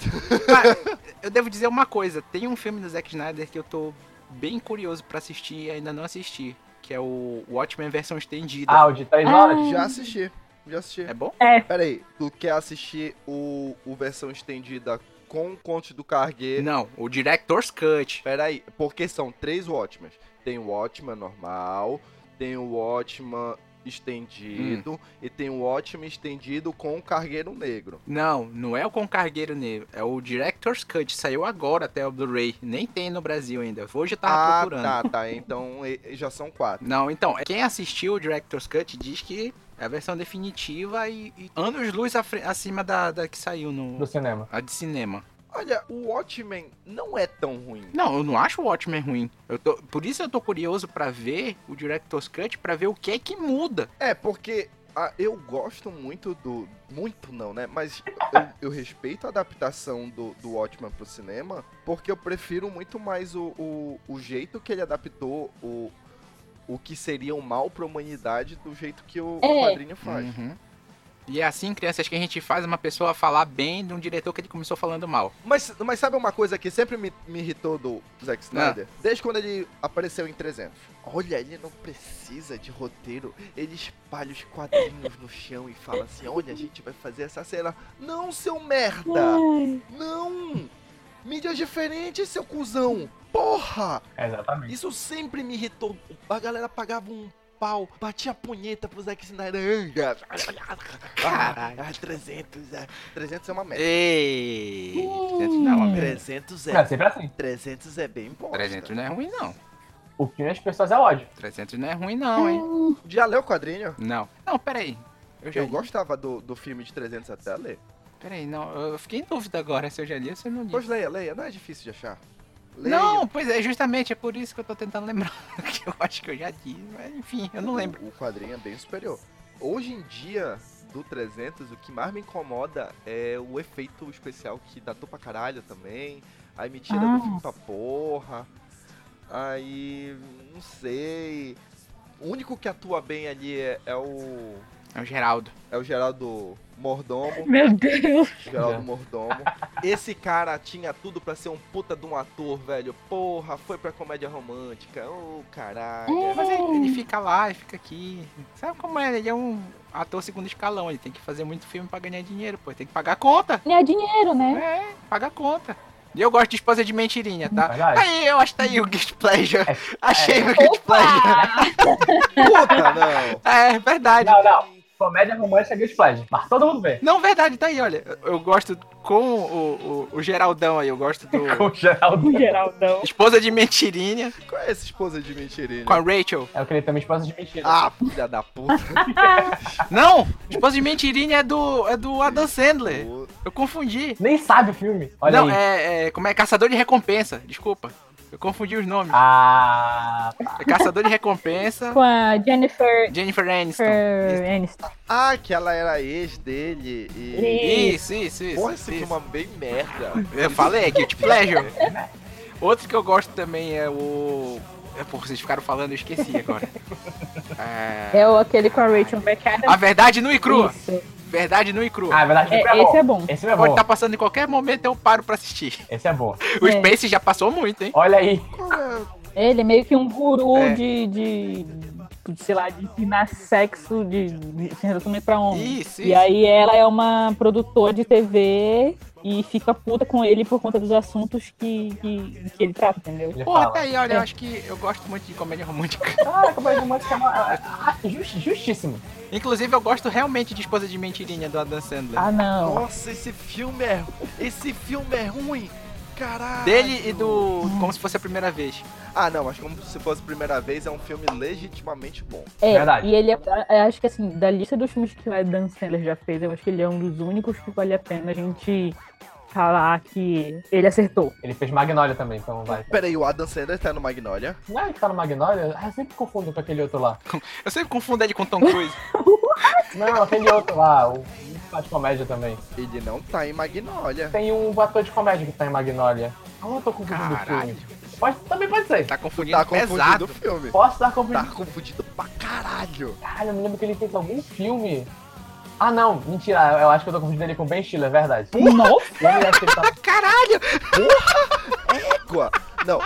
Speaker 5: Eu devo dizer uma coisa. Tem um filme do Zack Snyder que eu tô bem curioso pra assistir e ainda não assisti. Que é o Watchmen versão estendida.
Speaker 4: Ah, o de três horas?
Speaker 2: Já assisti, já assisti.
Speaker 5: É bom?
Speaker 2: Pera aí, tu quer assistir o, o versão estendida com o Conte do Cargueiro?
Speaker 5: Não, o Director's Cut.
Speaker 2: Pera aí, porque são três Watchmen. Tem o Watchman normal, tem o Watchman
Speaker 5: Hum.
Speaker 2: estendido e tem o Watchman estendido com o Cargueiro Negro.
Speaker 5: Não, não é o com cargueiro negro, é o Director's Cut, saiu agora até o Blu-ray, nem tem no Brasil ainda, hoje eu tava
Speaker 2: ah,
Speaker 5: procurando.
Speaker 2: tá, tá, então e- e já são quatro.
Speaker 5: Não, então, quem assistiu o Director's Cut diz que é a versão definitiva e, e anos-luz à fre- acima da, da que saiu
Speaker 4: Do
Speaker 5: no...
Speaker 4: cinema.
Speaker 5: A de cinema.
Speaker 2: Olha, o Watchmen não é tão ruim.
Speaker 5: Não, eu não acho o Watchmen ruim. Eu tô, por isso eu tô curioso pra ver o Director's Cut, pra ver o que é que muda.
Speaker 2: É, porque ah, eu gosto muito do. Muito não, né? Mas eu, eu respeito a adaptação do, do Watchman pro cinema, porque eu prefiro muito mais o, o, o jeito que ele adaptou o, o que seria um mal pra humanidade do jeito que o, o
Speaker 3: É.
Speaker 2: quadrinho faz.
Speaker 5: Uhum. E é assim, crianças, que a gente faz uma pessoa falar bem de um diretor que ele começou falando mal.
Speaker 2: Mas, mas sabe uma coisa que sempre me, me irritou do Zack Snyder? Desde quando ele apareceu em 300. Olha, ele não precisa de roteiro. Ele espalha os quadrinhos no chão e fala assim: Olha, a gente vai fazer essa cena. Não, seu merda!
Speaker 3: Ai.
Speaker 2: Não! Mídias diferentes, seu cuzão! Porra!
Speaker 4: Exatamente.
Speaker 2: Isso sempre me irritou. A galera pagava um pau, batia a punheta pro Zack Snyder.
Speaker 5: Caralho.
Speaker 2: Ah, 300, é. 300 é uma merda.
Speaker 5: Ei! 300 não é uma merda.
Speaker 2: 300
Speaker 4: É
Speaker 2: é.
Speaker 4: sempre assim.
Speaker 2: 300 é bem bom.
Speaker 5: 300 não é ruim, não.
Speaker 4: O que as pessoas é ódio.
Speaker 5: 300 não é ruim, não, hein?
Speaker 2: Já leu o quadrinho?
Speaker 5: Não. Não, peraí. Eu já
Speaker 2: Eu
Speaker 5: li.
Speaker 2: gostava do, do filme de 300 até ler.
Speaker 5: Peraí, não. Eu fiquei em dúvida agora se eu já li ou se eu não li.
Speaker 2: Pois leia, leia. Não é difícil de achar. Leia.
Speaker 5: Não, pois é, justamente é por isso que eu tô tentando lembrar. [LAUGHS] que eu acho que eu já li, mas enfim, eu não lembro.
Speaker 2: O, o quadrinho é bem superior. Hoje em dia, do 300, o que mais me incomoda é o efeito especial que datou pra caralho também. Aí me tira
Speaker 3: Ah.
Speaker 2: do filme pra porra. Aí. Não sei. O único que atua bem ali é, é o.
Speaker 5: É o Geraldo.
Speaker 2: É o Geraldo Mordomo.
Speaker 3: Meu Deus.
Speaker 2: Geraldo
Speaker 4: É.
Speaker 2: Mordomo. [LAUGHS] Esse cara tinha tudo pra ser um puta de um ator, velho. Porra, foi pra comédia romântica. Ô, caralho.
Speaker 5: Mas ele, ele fica lá, ele fica aqui. Sabe como é? Ele é um ator segundo escalão, ele tem que fazer muito filme pra ganhar dinheiro, pô. Ele tem que pagar a conta.
Speaker 3: Ganhar dinheiro, né?
Speaker 5: É, paga a conta. E eu gosto de esposa de mentirinha, tá?
Speaker 4: Verdade.
Speaker 5: Aí eu acho que tá aí o Guilty Pleasure.
Speaker 4: É,
Speaker 5: [LAUGHS] Achei meu Guilty Pleasure.
Speaker 3: Opa!
Speaker 2: Puta, não.
Speaker 5: É, verdade.
Speaker 4: Não, não. Comédia romântica é Guilty Pleasure. Mas todo mundo vê.
Speaker 5: Não, verdade, tá aí, olha. Eu gosto com o, o, o Geraldão aí, eu gosto do.
Speaker 4: [LAUGHS] Com o Geraldo.
Speaker 3: O Geraldão.
Speaker 5: Esposa de mentirinha,
Speaker 2: Qual é essa esposa de mentirinha?
Speaker 5: com a Rachel.
Speaker 4: É o que ele também esposa de mentira.
Speaker 2: Ah, filha da puta.
Speaker 5: Não! Esposa de mentirinha é do, é do Adam Sandler. Eu confundi.
Speaker 4: Nem sabe o filme. Olha
Speaker 5: não,
Speaker 4: aí.
Speaker 5: É, é- Como é? Caçador de Recompensa. Desculpa. Eu confundi os nomes.
Speaker 4: Ah, tá.
Speaker 5: É Caçador de Recompensa,
Speaker 3: Com a Jennifer
Speaker 5: Jennifer Aniston.
Speaker 3: É. Jennifer Aniston.
Speaker 2: Ah, que ela era ex dele e.
Speaker 5: Isso, isso, isso.
Speaker 2: Porra, esse
Speaker 5: isso.
Speaker 2: filme é bem merda.
Speaker 5: Eu falei, é Guilty Pleasure. Outro que eu gosto também é o... É, pô, vocês ficaram falando, eu esqueci agora. É...
Speaker 3: É o- aquele com a Rachel McAdams.
Speaker 5: A Verdade Nua e Crua.
Speaker 3: Isso.
Speaker 5: Verdade Nua e Crua.
Speaker 4: Ah, é verdade,
Speaker 3: É,
Speaker 5: Tá
Speaker 4: esse filme é
Speaker 3: esse
Speaker 4: bom.
Speaker 3: é bom.
Speaker 4: Esse filme é
Speaker 5: Pode
Speaker 4: bom.
Speaker 5: estar passando em qualquer momento, eu paro pra assistir.
Speaker 4: Esse é bom.
Speaker 5: O
Speaker 3: É.
Speaker 5: Space já passou muito, hein?
Speaker 4: Olha aí.
Speaker 3: Ele é meio que um guru
Speaker 5: É.
Speaker 3: de, de, de, sei lá, de ensinar sexo de, de sem relacionamento pra homem.
Speaker 5: Isso,
Speaker 3: E
Speaker 5: isso.
Speaker 3: aí ela é uma produtora de TV e fica puta com ele por conta dos assuntos que, que, que ele trata, entendeu?
Speaker 4: Ele
Speaker 5: Porra,
Speaker 4: fala.
Speaker 5: tá aí, olha,
Speaker 3: É.
Speaker 5: eu acho que eu gosto muito de comédia romântica. [LAUGHS]
Speaker 4: Ah, comédia romântica é uma... ah, just- justíssimo.
Speaker 5: Inclusive, eu gosto realmente de Esposa de Mentirinha do Adam Sandler.
Speaker 3: Ah, não.
Speaker 2: Nossa, esse filme é. Esse filme é ruim. Caralho.
Speaker 5: Dele e do Como Se Fosse a Primeira Vez.
Speaker 2: Ah, não, mas como se fosse a primeira vez, é um filme legitimamente bom.
Speaker 3: É,
Speaker 4: Verdade.
Speaker 3: e ele é, eu acho que assim, da lista dos filmes que o Adam Sandler já fez, eu acho que ele é um dos únicos que vale a pena a gente falar que ele acertou.
Speaker 4: Ele fez Magnolia também, então vai.
Speaker 2: Pera aí, o Adam Sandler tá no Magnolia.
Speaker 4: Não é que tá no Magnolia? Ah, eu sempre confundo com aquele outro lá.
Speaker 5: Eu sempre confundo ele com Tom
Speaker 4: [LAUGHS]
Speaker 5: Cruise.
Speaker 4: Não, aquele outro lá, o que faz comédia também.
Speaker 2: Ele não tá em Magnolia.
Speaker 4: Tem um ator de comédia que tá em Magnolia. Ah, eu tô confundindo o
Speaker 5: Caralho.
Speaker 4: filme. Pode, também pode ser.
Speaker 5: Tá confundindo
Speaker 2: Tá
Speaker 5: pesado.
Speaker 2: confundido o filme.
Speaker 4: Posso estar confundindo.
Speaker 2: Tá confundido pra caralho.
Speaker 4: Caralho, eu me lembro que ele fez algum filme. Ah, não, mentira, eu- eu acho que eu tô confundindo ele com o Ben Stiller, é verdade.
Speaker 3: Nossa!
Speaker 4: Eu me lembro que ele tá-
Speaker 5: Caralho!
Speaker 2: Égua. Não,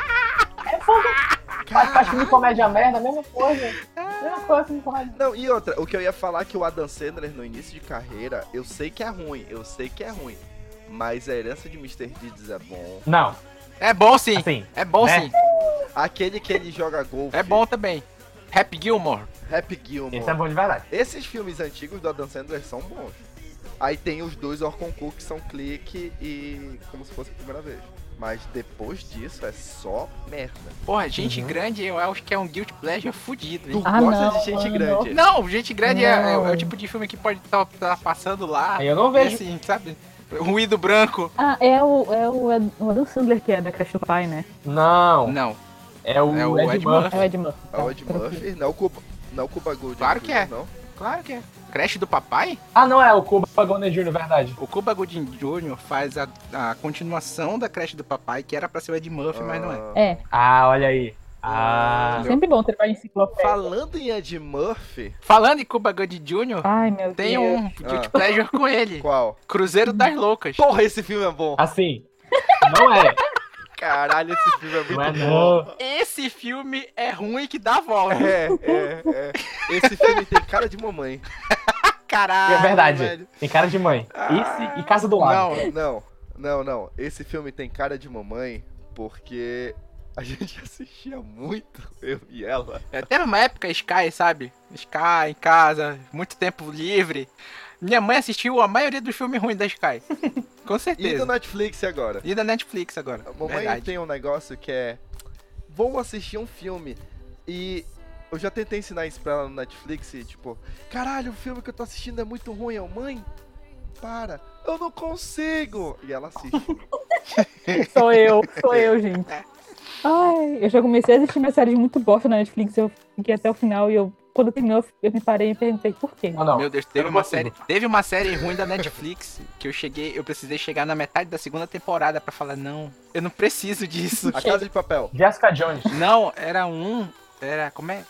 Speaker 4: É foda. Faz, faz filme de comédia merda, mesma coisa. Mesma coisa, filme de comédia.
Speaker 2: não, e outra, o que eu ia falar é que o Adam Sandler no início de carreira, eu sei que é ruim, eu sei que é ruim. Mas a herança de Mr. Deeds é bom.
Speaker 4: Não,
Speaker 5: É bom sim.
Speaker 4: assim,
Speaker 5: É bom
Speaker 4: Né?
Speaker 5: sim.
Speaker 2: Aquele que ele joga golfe.
Speaker 5: É bom também. Happy Gilmore.
Speaker 2: Happy Gilmore.
Speaker 4: esse é bom de verdade.
Speaker 2: Esses filmes antigos do Adam Sandler são bons. Aí tem os dois Orconcu que são clique e como se fosse a primeira vez. Mas depois disso é só merda.
Speaker 5: Porra, gente
Speaker 4: Uhum.
Speaker 5: grande, eu acho que é um guilt pleasure fudido, hein? Ah,
Speaker 2: Tu
Speaker 3: Ah,
Speaker 2: gosta
Speaker 3: não,
Speaker 2: de gente
Speaker 3: mano.
Speaker 2: grande.
Speaker 5: Não, gente grande é, é- é
Speaker 3: Não.
Speaker 5: o tipo de filme que pode estar passando lá.
Speaker 4: Aí Ah, eu não
Speaker 5: e
Speaker 4: vejo.
Speaker 5: assim, sabe? Ruído branco.
Speaker 3: Ah, é o, é o, Ed- o Adam Sandler que é da Caixa do Pai, né?
Speaker 4: Não,
Speaker 5: Não.
Speaker 4: é o,
Speaker 5: É o
Speaker 4: Ed,
Speaker 5: Ed
Speaker 4: Murphy.
Speaker 3: É o Ed Murphy.
Speaker 2: A Odd Murphy, não é o Cuba. Não o Cuba Gold.
Speaker 5: Claro que é.
Speaker 2: Não.
Speaker 5: Claro que é. Creche do Papai?
Speaker 4: Ah, não, é o Cuba Pagone Jr., verdade.
Speaker 5: O Cuba Gooding Jr. faz a, a continuação da Creche do Papai, que era pra ser o Ed Murphy, mas não é.
Speaker 2: Ah,
Speaker 3: É,
Speaker 4: Ah, olha aí. Ah,
Speaker 3: sempre bom trabalhar em enciclopédia.
Speaker 2: Falando em Ed Murphy,
Speaker 5: Falando em Cuba Gooding Jr.,
Speaker 3: Ai, meu
Speaker 5: tem
Speaker 3: Deus.
Speaker 5: um guilt
Speaker 2: Ah.
Speaker 5: pleasure
Speaker 2: [LAUGHS]
Speaker 5: com ele.
Speaker 2: qual?
Speaker 5: Cruzeiro das Loucas.
Speaker 2: Porra, esse filme é bom.
Speaker 4: assim, não é.
Speaker 2: Caralho, esse filme é muito
Speaker 4: Não é
Speaker 2: bom.
Speaker 4: não.
Speaker 5: Esse filme é ruim que dá volta.
Speaker 2: É, é, é. Esse filme tem cara de mamãe.
Speaker 5: Caralho.
Speaker 4: É verdade.
Speaker 2: velho.
Speaker 4: Tem cara de mãe. Esse e
Speaker 2: É
Speaker 4: Casa do Lago.
Speaker 5: Não,
Speaker 2: Não, não, não. Esse filme tem cara de mamãe porque a [LAUGHS] gente assistia muito, eu e ela.
Speaker 5: É, Teve uma época Sky, sabe? Sky em casa, muito tempo livre. Minha mãe assistiu a maioria dos filmes ruins
Speaker 2: [LAUGHS]
Speaker 5: da Sky. Com
Speaker 2: E do
Speaker 5: certeza.
Speaker 2: Netflix agora.
Speaker 5: E da Netflix agora.
Speaker 2: A mamãe
Speaker 5: Verdade.
Speaker 2: tem um negócio que é. Vou assistir um filme e. Eu já tentei ensinar isso pra ela no Netflix e tipo, caralho, o filme que eu tô assistindo é muito ruim, eu, mãe? Para, eu não consigo! E ela [LAUGHS] assiste.
Speaker 3: Sou eu, sou [LAUGHS] eu, gente. Ai, eu já comecei a assistir minhas séries muito bosta na Netflix, eu fiquei até o final e eu, quando terminou, eu- eu me parei e perguntei por quê.
Speaker 4: Ah, Não, não.
Speaker 5: Meu Deus, teve
Speaker 4: Eu não
Speaker 5: uma série,
Speaker 4: consigo.
Speaker 5: teve uma série ruim da Netflix que eu cheguei, eu precisei chegar na metade da segunda temporada pra falar não, eu não
Speaker 3: [LAUGHS]
Speaker 5: preciso disso.
Speaker 2: A Casa de Papel.
Speaker 4: Jessica Jones.
Speaker 5: Não, era um. Era. Como é?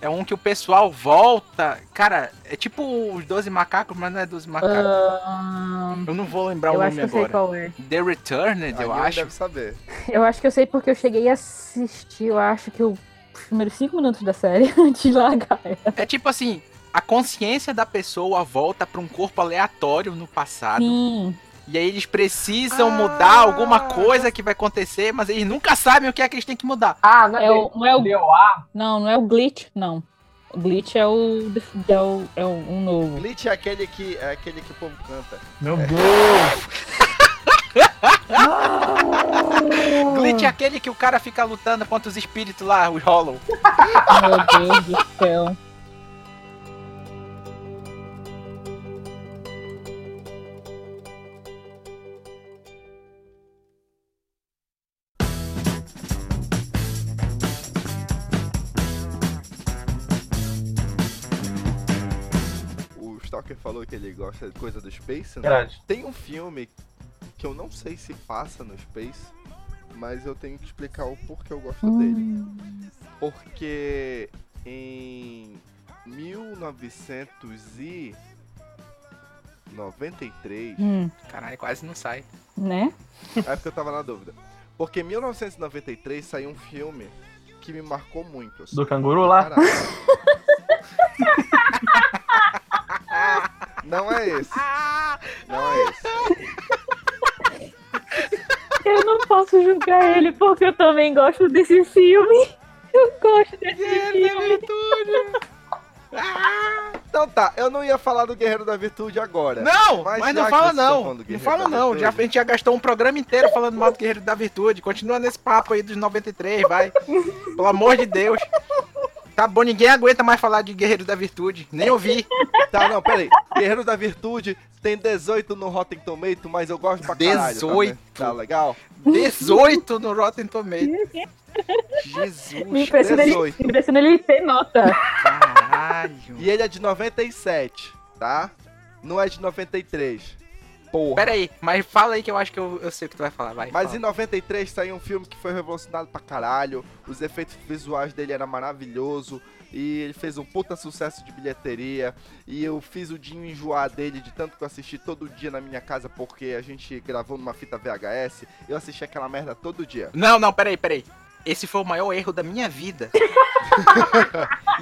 Speaker 5: É um que o pessoal volta. Cara, é tipo os 12 macacos, mas não é 12 macacos.
Speaker 3: Ah,
Speaker 5: eu não vou lembrar o
Speaker 3: eu acho
Speaker 5: nome
Speaker 3: que eu sei
Speaker 5: agora.
Speaker 3: qual é.
Speaker 5: The Returned,
Speaker 2: Aí
Speaker 5: eu
Speaker 2: ele
Speaker 5: acho.
Speaker 2: deve saber.
Speaker 3: Eu acho que eu sei porque eu cheguei a assistir, eu acho que eu- os primeiros cinco minutos da série [LAUGHS] antes de largar.
Speaker 5: É tipo assim. A consciência da pessoa volta pra um corpo aleatório no passado
Speaker 3: Sim,
Speaker 5: E aí eles precisam
Speaker 4: Ah.
Speaker 5: mudar alguma coisa que vai acontecer, mas eles nunca sabem o que é que eles têm que mudar.
Speaker 4: [LAUGHS] Ah, não é,
Speaker 3: É o, não, é o,
Speaker 4: DOA?
Speaker 3: não, não é o Glitch, não. O Glitch é o. def- É, o, é o, um novo.
Speaker 2: Glitch é aquele que, é aquele que o povo canta.
Speaker 4: Meu Deus!
Speaker 5: Glitch é aquele que o cara fica lutando contra os espíritos lá, os Hollow.
Speaker 3: Meu Deus do céu.
Speaker 2: O Stalker falou que ele gosta de coisa do Space, né?
Speaker 4: Grande.
Speaker 2: Tem um filme que eu não sei se passa no Space, mas eu tenho que explicar o porquê eu gosto
Speaker 3: Hum.
Speaker 2: dele. Porque em 1993,
Speaker 3: [LAUGHS] Hum,
Speaker 5: Caralho, quase não sai.
Speaker 3: né?
Speaker 2: é porque eu tava na dúvida. Porque em 1993 saiu um filme que me marcou muito. assim.
Speaker 4: Do canguru lá?
Speaker 2: Caralho. [LAUGHS] Não é esse, [LAUGHS]
Speaker 5: Ah!
Speaker 2: não é esse.
Speaker 3: Eu não posso julgar ele porque eu também gosto desse filme. Eu gosto desse filme.
Speaker 2: Então tá, eu não ia falar do Guerreiro da Virtude agora.
Speaker 5: Não,
Speaker 2: Mas
Speaker 5: mas,
Speaker 2: já
Speaker 5: não
Speaker 2: que
Speaker 5: fala
Speaker 2: vocês estão
Speaker 5: não.
Speaker 2: falando do
Speaker 5: Não
Speaker 2: Guerreiro
Speaker 5: fala
Speaker 2: da
Speaker 5: não. Já, a
Speaker 2: Virtude.
Speaker 5: gente já gastou um programa inteiro falando mal do Guerreiro da Virtude. Continua nesse papo aí dos 93, vai.
Speaker 2: [LAUGHS]
Speaker 5: Pelo amor de Deus. Tá bom, ninguém aguenta mais falar de Guerreiro da Virtude. Nem ouvi.
Speaker 2: Tá, não, peraí. Guerreiro da Virtude tem 18 no Rotten Tomato, mas eu gosto pra caralho.
Speaker 5: 18.
Speaker 2: também. Tá legal?
Speaker 5: 18 no Rotten Tomato.
Speaker 3: Me
Speaker 5: Jesus.
Speaker 3: impressiona, ele,
Speaker 2: 18.
Speaker 3: me impressiona ele ter nota.
Speaker 5: Caralho.
Speaker 2: E ele é de 97, tá? Não é de 93. Porra.
Speaker 5: Pera aí, mas fala aí que eu acho que eu, eu sei o que tu vai falar, vai.
Speaker 2: Mas em
Speaker 5: fala.
Speaker 2: 93 saiu um filme que foi revolucionado pra caralho. Os efeitos visuais dele eram maravilhoso. E ele fez um puta sucesso de bilheteria. E eu fiz o Dinho enjoar dele de tanto que eu assisti todo dia na minha casa, porque a gente gravou numa fita VHS. Eu assisti aquela merda todo dia.
Speaker 5: Não, não, peraí, peraí. Esse foi o maior erro da minha vida. [LAUGHS]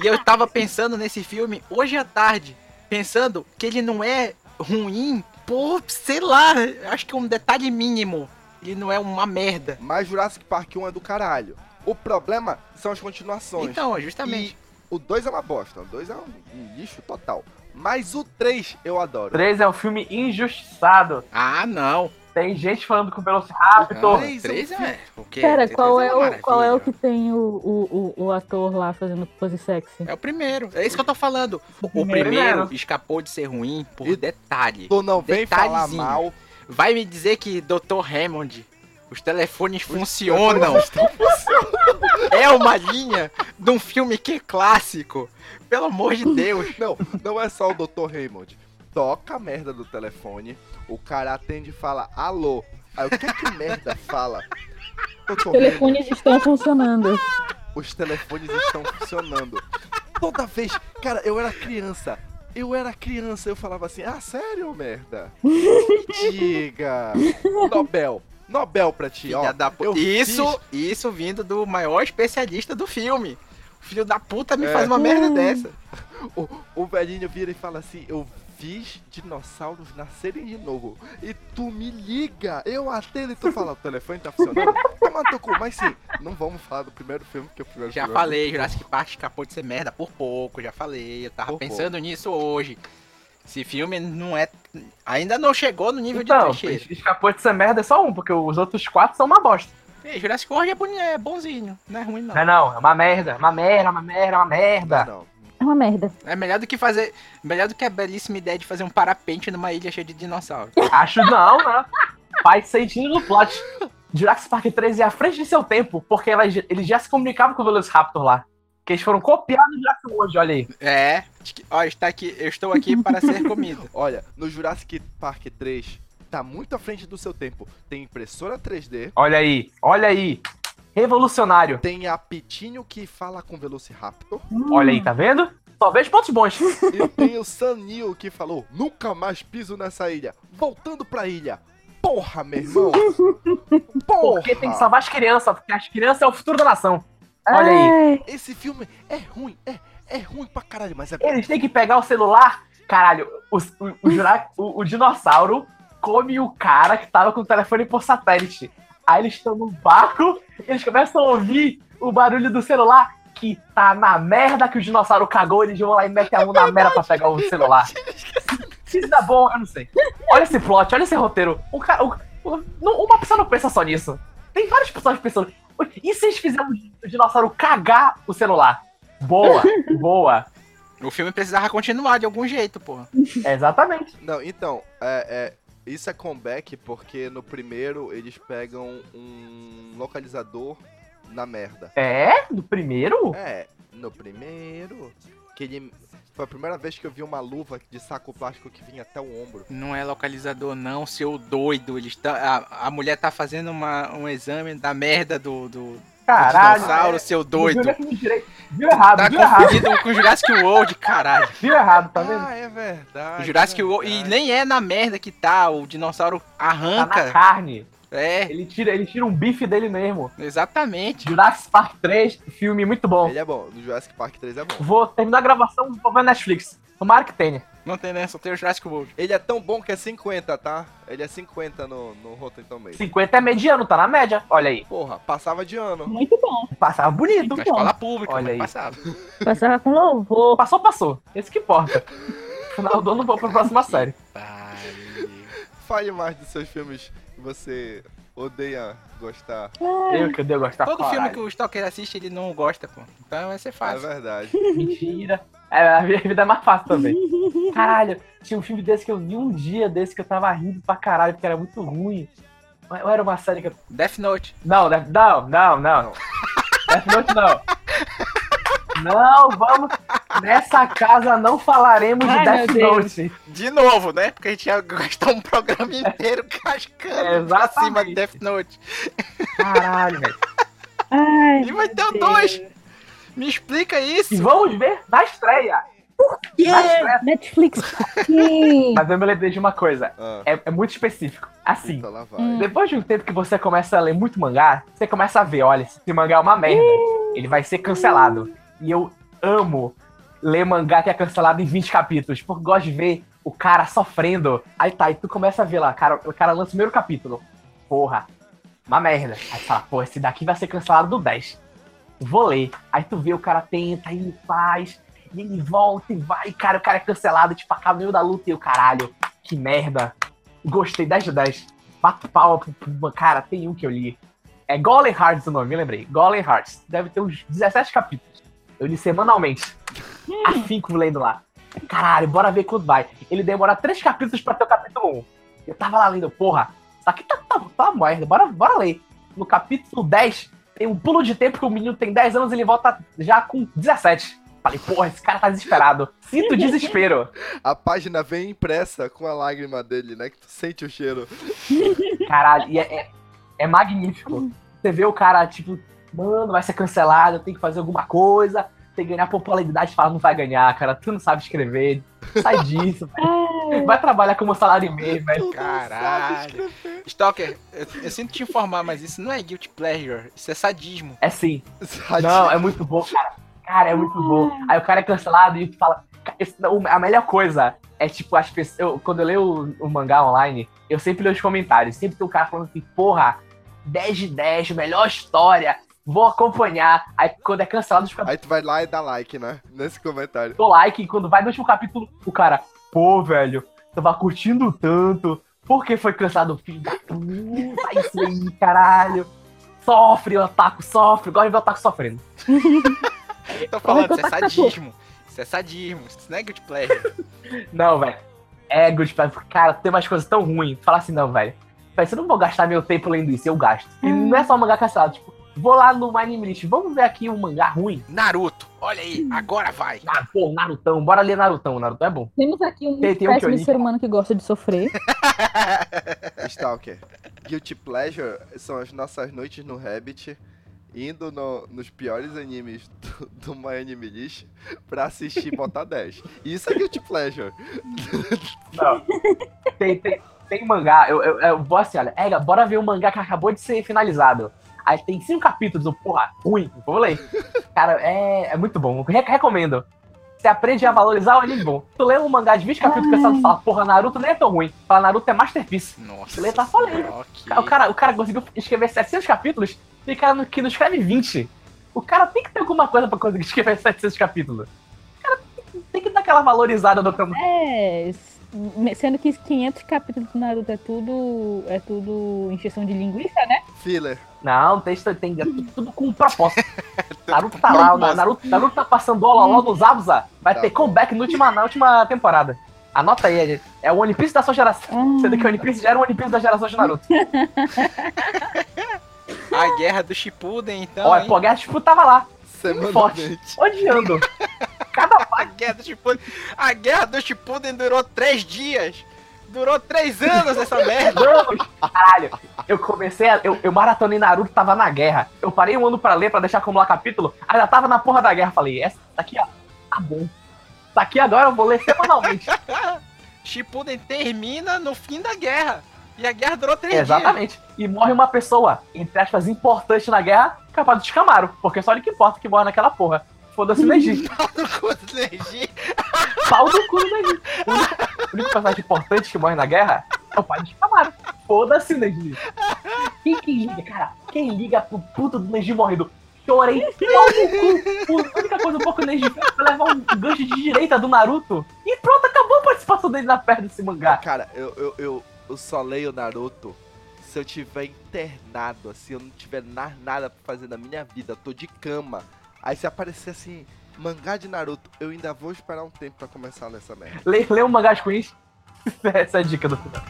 Speaker 5: e eu tava pensando nesse filme hoje à tarde, pensando que ele não é ruim por, sei lá, acho que é um detalhe mínimo. Ele não é uma merda.
Speaker 2: Mas Jurassic Park 1 é do caralho. O problema são as continuações.
Speaker 5: Então, justamente.
Speaker 2: E o 2 é uma bosta, o 2 é um, um lixo total. Mas o 3 eu adoro.
Speaker 4: 3 é um filme injustiçado.
Speaker 5: Ah, não.
Speaker 4: Tem gente falando com o Velociraptor.
Speaker 5: Três, três é. O quê?
Speaker 3: Cara,
Speaker 5: Três
Speaker 3: qual é,
Speaker 5: uma
Speaker 3: o, qual é o que
Speaker 5: maravilha.
Speaker 3: tem o, o, o, o ator lá fazendo pose sexy?
Speaker 5: É o primeiro. É isso que eu tô falando. O
Speaker 3: O
Speaker 5: primeiro,
Speaker 4: primeiro.
Speaker 5: escapou de ser ruim por
Speaker 2: E-
Speaker 5: detalhe.
Speaker 2: Tu não vem falar
Speaker 5: Detalhezinho.
Speaker 2: mal.
Speaker 5: Vai me dizer que Dr. Hammond, os telefones funcionam. é uma linha de um filme que é clássico. Pelo amor de Deus.
Speaker 2: Não, não é só o Dr. Raymond. Toca a merda do telefone, o cara atende e fala alô. Aí o que que o merda fala? Dr.
Speaker 3: Os
Speaker 2: Raymond,
Speaker 3: telefones estão funcionando.
Speaker 2: os telefones estão funcionando. Toda vez, cara, eu era criança. Eu era criança, eu falava assim, ah, sério, merda? Me diga! Nobel, Nobel pra ti, ó.
Speaker 5: Filha da pu-
Speaker 2: eu
Speaker 5: Isso,
Speaker 2: fiz-
Speaker 5: isso vindo do maior especialista do filme. O filho da puta me
Speaker 2: É.
Speaker 5: faz uma merda dessa.
Speaker 2: O, o velhinho vira e fala assim, eu fiz dinossauros nascerem de novo. E tu me liga, eu atendo e tu fala, o telefone tá funcionando. Toma teu cu, mas sim, não vamos falar do primeiro filme, que é o primeiro
Speaker 5: Já
Speaker 2: filme.
Speaker 5: falei, Jurassic Park escapou de ser merda por pouco, já falei. Eu tava
Speaker 2: Por
Speaker 5: pensando nisso hoje. Esse filme não é. Ainda não chegou no nível
Speaker 4: Então,
Speaker 5: de trecheira.
Speaker 4: escapou de ser merda é só um, porque os outros quatro são uma bosta.
Speaker 5: Ei, Jurassic World é, boni- é bonzinho, não é ruim não.
Speaker 4: Não é não, é uma merda, uma merda, uma merda, uma merda.
Speaker 2: Não,
Speaker 3: É uma merda.
Speaker 5: É melhor do que fazer. Melhor do que a belíssima ideia de fazer um parapente numa ilha cheia de dinossauros.
Speaker 4: Acho não, né? Faz sentido no plot. Jurassic Park 3 é à frente de seu tempo, porque ela- ele já se comunicava com o Velociraptor lá. Que eles foram copiados do Jurassic World, olha aí.
Speaker 5: É. de que- Ó, está aqui, eu estou aqui para ser comido.
Speaker 2: Olha, no Jurassic Park 3, tá muito à frente do seu tempo. Tem impressora 3D,
Speaker 4: Olha aí, olha aí. Revolucionário.
Speaker 2: tem a Pitinho que fala com Velociraptor,
Speaker 4: Olha aí, tá vendo? Só vejo pontos bons.
Speaker 2: e tem o Sanil que falou, nunca mais piso nessa ilha, voltando pra ilha. Porra, meu irmão! Porra!
Speaker 4: Porque tem que salvar as crianças, porque as crianças é o futuro da nação. Olha
Speaker 3: É.
Speaker 4: aí.
Speaker 3: aí.
Speaker 2: Esse filme é ruim, é, é ruim pra caralho, mas é bom.
Speaker 4: Eles têm que pegar o celular. Caralho, o, o, o, jura- o- o dinossauro come o cara que tava com o telefone por satélite. Aí eles estão no barco, eles começam a ouvir o barulho do celular que tá na merda que o dinossauro cagou, eles vão lá e metem a mão na merda pra pegar o celular. Se isso dá bom, eu não sei. Olha esse plot, olha esse roteiro. O cara, o- o- não- uma pessoa não pensa só nisso. Tem várias pessoas pensando. E se eles fizerem o dinossauro cagar o celular? Boa, boa.
Speaker 5: O filme precisava continuar de algum jeito, porra.
Speaker 4: É exatamente.
Speaker 2: Não, então, é, é, isso é comeback porque no primeiro eles pegam um localizador na merda.
Speaker 4: É? Do primeiro?
Speaker 2: É, no primeiro. Que ele. Foi a primeira vez que eu vi uma luva de saco plástico que vinha até o ombro.
Speaker 5: Não é localizador, não, seu doido. Eles tão- a, a mulher tá fazendo uma, um exame da merda do, do, do
Speaker 4: Caralho.
Speaker 5: dinossauro, seu doido.
Speaker 4: Viu, direito. viu errado,
Speaker 5: Tá
Speaker 4: viu errado,
Speaker 5: confundido com Jurassic World, caralho.
Speaker 4: viu errado, tá vendo?
Speaker 2: Ah, é verdade.
Speaker 5: Jurassic
Speaker 2: é
Speaker 5: World. E
Speaker 2: verdade.
Speaker 5: nem é na merda que tá, o dinossauro
Speaker 4: Tá na
Speaker 5: arranca.
Speaker 4: carne.
Speaker 5: É,
Speaker 4: Ele tira, ele tira um bife dele mesmo.
Speaker 5: exatamente.
Speaker 4: Jurassic Park 3, filme muito bom.
Speaker 2: Ele é bom, no Jurassic Park 3 é bom.
Speaker 4: Vou terminar a gravação vou ver Netflix. Tomara que tenha.
Speaker 5: Não tem, né? Só tem o Jurassic World.
Speaker 2: Ele é tão bom que é 50, tá? Ele é 50 no, no Rotten Tomatoes.
Speaker 4: 50 é mediano, tá na média. Olha aí.
Speaker 2: Porra, passava de ano.
Speaker 3: Muito bom.
Speaker 4: Passava bonito.
Speaker 5: Na
Speaker 3: Bom.
Speaker 5: escola pública,
Speaker 4: Olha
Speaker 5: mas
Speaker 4: aí.
Speaker 5: passava.
Speaker 3: Passava com louvor.
Speaker 4: Passou, passou. Esse que importa. Final do ano vou pra próxima série.
Speaker 5: Pariu.
Speaker 2: Fale mais dos seus filmes que você odeia gostar. É
Speaker 4: Eu que eu devo gostar.
Speaker 5: Todo
Speaker 4: pra
Speaker 5: filme
Speaker 4: caralho.
Speaker 5: que o Stalker assiste, ele não gosta, pô. Então vai ser
Speaker 2: É
Speaker 5: fácil.
Speaker 2: verdade.
Speaker 4: Mentira. É, a minha vida é mais
Speaker 3: [LAUGHS]
Speaker 4: fácil também. Caralho, tinha um filme desse que eu vi um dia desse que eu tava rindo pra caralho, porque era muito ruim. Mas era uma série que eu.
Speaker 5: Death Note.
Speaker 4: Não, Death- não, não, não. Death Note não. Não, vamos. Nessa casa não falaremos de
Speaker 3: Ai,
Speaker 4: Death
Speaker 3: meu Deus.
Speaker 4: Note.
Speaker 5: De novo, né? Porque a gente ia gastar um programa [LAUGHS] inteiro cascando pra
Speaker 4: Exatamente.
Speaker 5: cima de Death Note.
Speaker 4: Caralho, velho.
Speaker 3: Ai,
Speaker 5: E vai
Speaker 3: meu
Speaker 5: ter o
Speaker 3: Deus.
Speaker 5: dois. Me explica
Speaker 4: E
Speaker 5: isso.
Speaker 4: vamos ver na estreia.
Speaker 3: Yeah, Netflix. Sim.
Speaker 4: Mas eu me lembrei de uma coisa.
Speaker 2: Ah,
Speaker 4: É, é muito específico. Assim,
Speaker 2: puta, lá vai.
Speaker 3: Hum.
Speaker 4: depois de um tempo que você começa a ler muito mangá, você começa a ver, olha, esse mangá é uma merda. Ele vai ser cancelado. E eu amo ler mangá que é cancelado em 20 capítulos, porque eu gosto de ver o cara sofrendo. Aí tá, e tu começa a ver lá, cara, o cara lança o primeiro capítulo. Porra, uma merda. Aí tu fala, pô, esse daqui vai ser cancelado do 10. Vou ler. Aí tu vê o cara tenta, e ele faz, e ele volta e vai, cara, o cara é cancelado, tipo, acaba no meio da luta e o caralho, que merda. Gostei 10 de 10. Bato pau pro, pro- cara, tem um que eu li. É Golem Hearts o nome, eu lembrei. Golem Hearts. Deve ter uns 17 capítulos. Eu li semanalmente. Afinco lendo lá. Caralho, bora ver quanto vai. Ele demora 3 capítulos pra ter o capítulo 1. Eu tava lá lendo, porra, isso aqui tá, tá, tá uma merda, bora, bora ler. No capítulo 10, tem um pulo de tempo que o menino tem 10 anos e ele volta já com 17. Falei, porra, esse cara tá desesperado. Sinto desespero.
Speaker 2: A página vem impressa com a lágrima dele, né? Que tu sente o cheiro. [LAUGHS]
Speaker 4: Caralho, e é, é, é magnífico. Você vê o cara, tipo, mano, vai ser cancelado, tem que fazer alguma coisa, tem que ganhar popularidade, fala, não vai ganhar, cara, tu não sabe escrever, sai disso, velho. vai trabalhar como salário é meio, velho.
Speaker 5: Caralho. Stalker, eu, eu sinto te informar, mas isso não é guilty pleasure. Isso é sadismo.
Speaker 4: É sim.
Speaker 2: Sabe?
Speaker 4: Não, é muito bom, cara. Cara, é muito bom. Aí o cara é cancelado e tu fala. "Ca- esse- não, A melhor coisa é tipo, as pessoas. eu- quando eu leio o, o mangá online, eu sempre leio os comentários. Sempre tem um cara falando assim, porra, 10 de 10, melhor história, vou acompanhar. Aí quando é cancelado, os caras
Speaker 2: Aí tu vai lá e dá like, né? Nesse comentário.
Speaker 4: dão like. E quando vai no último capítulo, o cara, pô, velho, tava curtindo tanto. Por que foi cancelado? Filho da puta, isso aí, caralho. Sofre, o Otaku, sofre. Gosto de ver o Otaku sofrendo.
Speaker 5: Eu tô
Speaker 3: Como é
Speaker 5: falando,
Speaker 3: que
Speaker 5: isso é
Speaker 3: eu faço?
Speaker 5: sadismo. Isso é sadismo. Isso não é guilty pleasure.
Speaker 4: Não, velho. É good pra... Cara, tem umas coisas tão ruins. Fala assim, não, velho. Véi, se eu não vou gastar meu tempo lendo isso, eu gasto. E não é só mangá cancelado. Tipo, vou lá no Anime List, vamos ver aqui um mangá ruim.
Speaker 5: Naruto, olha aí, agora vai.
Speaker 4: Ah, pô, Narutão, bora ler Narutão. Naruto é bom.
Speaker 3: Temos aqui um
Speaker 4: Tem- tem um que eu
Speaker 3: péssimo
Speaker 4: li.
Speaker 3: ser humano que gosta de sofrer.
Speaker 2: Stalker. Guilty Pleasure são as nossas noites no Rabbit, indo no- nos piores animes do, do My Anime List pra assistir e botar 10. Isso é Guilty Pleasure.
Speaker 4: Não. tem, tem, tem mangá, eu, eu, eu vou assim, olha, Ega, bora ver um mangá que acabou de ser finalizado. Aí tem cinco capítulos, eu, porra, ruim, vou ler. Cara, é, é muito bom, re- recomendo. Você aprende a valorizar o anime bom. Tu lê um mangá de 20 capítulos pensando e fala, porra, Naruto nem é tão ruim. Fala, Naruto é masterpiece.
Speaker 5: Nossa.
Speaker 4: Lê, tá falando.
Speaker 5: ok.
Speaker 4: O cara, o cara conseguiu escrever 700 capítulos e o cara não- que não escreve 20. O cara tem que ter alguma coisa pra conseguir escrever 700 capítulos. O cara tem, que- tem que dar aquela valorizada no campo.
Speaker 3: [LAUGHS] É, s- me- sendo que os 500 capítulos do Naruto é tudo, é tudo injeção de linguiça, né?
Speaker 2: Filler.
Speaker 4: Não, tem, tem, é tudo, tudo
Speaker 2: [LAUGHS]
Speaker 4: com propósito. Naruto tá lá, o Na- Naruto, Naruto tá passando ololó no Zabuza. Vai
Speaker 2: Tá
Speaker 4: ter
Speaker 2: bom.
Speaker 4: comeback na última, na última temporada. Anota aí, gente. é o One Piece da sua geração.
Speaker 3: Ah,
Speaker 4: Sendo que o One Piece já era o One Piece da geração de Naruto.
Speaker 5: A guerra do Shippuden, então.
Speaker 4: Olha,
Speaker 5: hein?
Speaker 4: pô, a guerra tipo, tava lá,
Speaker 2: É Semanalmente.
Speaker 4: odiando. Cada
Speaker 5: A guerra do Shippuden. A guerra do Shippuden durou três dias. Durou três
Speaker 4: [LAUGHS]
Speaker 5: anos essa merda.
Speaker 4: Vamos! Caralho, eu comecei a. Eu, eu maratonei Naruto, tava na guerra. Eu parei um ano pra ler, pra deixar acumular capítulo. Aí já tava na porra da guerra. Falei, essa daqui, ó, tá bom. Essa aqui agora eu vou ler semanalmente.
Speaker 5: Shippuden termina no fim da guerra. E a guerra durou três
Speaker 4: Exatamente. E morre uma pessoa, entre aspas, importante na guerra, capaz do Shikamaru. Porque só ele que importa que morre naquela porra. Foda-se o Neji.
Speaker 5: dias. [LAUGHS] Quanto energia.
Speaker 4: Pau no cu né, do Neji. O único- O [LAUGHS] único personagem importante que morre na guerra é o pai do Shikamaru. Foda-se o Neji. Quem que liga, cara? Quem liga pro puto do Neji morrendo? Chorei pau no cu. A única coisa boa que o Neji fez foi levar um gancho de direita do Naruto. E pronto, acabou a participação dele na perna desse mangá.
Speaker 2: Cara, eu, eu, eu, eu só leio Naruto se eu tiver internado, assim, eu não tiver na- nada pra fazer na minha vida, eu tô de cama. Aí se aparecer assim, mangá de Naruto, eu ainda vou esperar um tempo pra começar nessa merda.
Speaker 4: Lê, lê um mangá de Queens. [LAUGHS] Essa é a dica do final.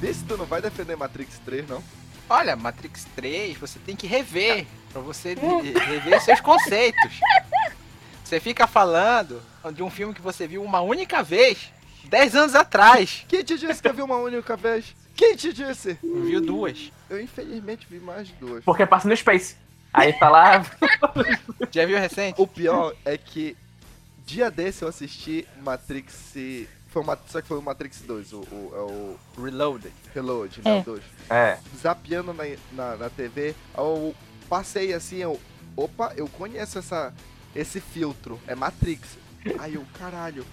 Speaker 2: Vê se tu não vai defender Matrix 3, não.
Speaker 5: Olha, Matrix 3, você tem que rever. Pra você re-
Speaker 4: [LAUGHS]
Speaker 5: rever seus conceitos. Você fica falando de um filme que você viu uma única vez, 10 anos atrás.
Speaker 2: Quem te disse que eu vi uma única vez? Quem te disse?
Speaker 5: Viu duas.
Speaker 2: Eu infelizmente vi mais de duas.
Speaker 4: Porque passa no Space. Aí tá lá,
Speaker 5: Já viu recente?
Speaker 2: O pior é que dia desse eu assisti Matrix. Foi uma, só que foi o Matrix 2, o, o, é o
Speaker 5: Reloaded.
Speaker 2: Reload, né?
Speaker 3: É.
Speaker 2: O 2.
Speaker 4: É.
Speaker 2: zapeando na, na, na TV, eu passei assim, eu, opa, eu conheço essa, esse filtro, é
Speaker 5: [LAUGHS]
Speaker 2: Matrix. Aí eu, caralho,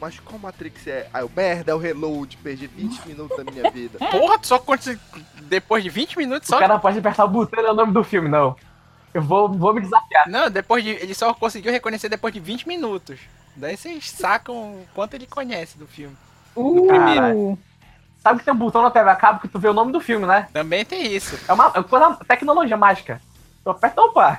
Speaker 2: mas qual Matrix é? Aí eu, merda, é o Reload, perdi
Speaker 5: [LAUGHS]
Speaker 2: 20 minutos da minha vida.
Speaker 5: Porra, tu só conta depois de 20 minutos
Speaker 4: O
Speaker 5: só.
Speaker 4: cara pode apertar o botão é o nome do filme, não. Eu vou, vou me desafiar.
Speaker 5: Não, depois de. Ele só conseguiu reconhecer depois de 20 minutos. Daí vocês sacam o quanto ele conhece do filme.
Speaker 3: Uh,
Speaker 4: primeiro. Sabe que tem um botão na TV a cabo que tu vê o nome do filme, né?
Speaker 5: Também tem isso.
Speaker 4: É uma, é uma coisa- tecnologia mágica. Tu aperta, opa,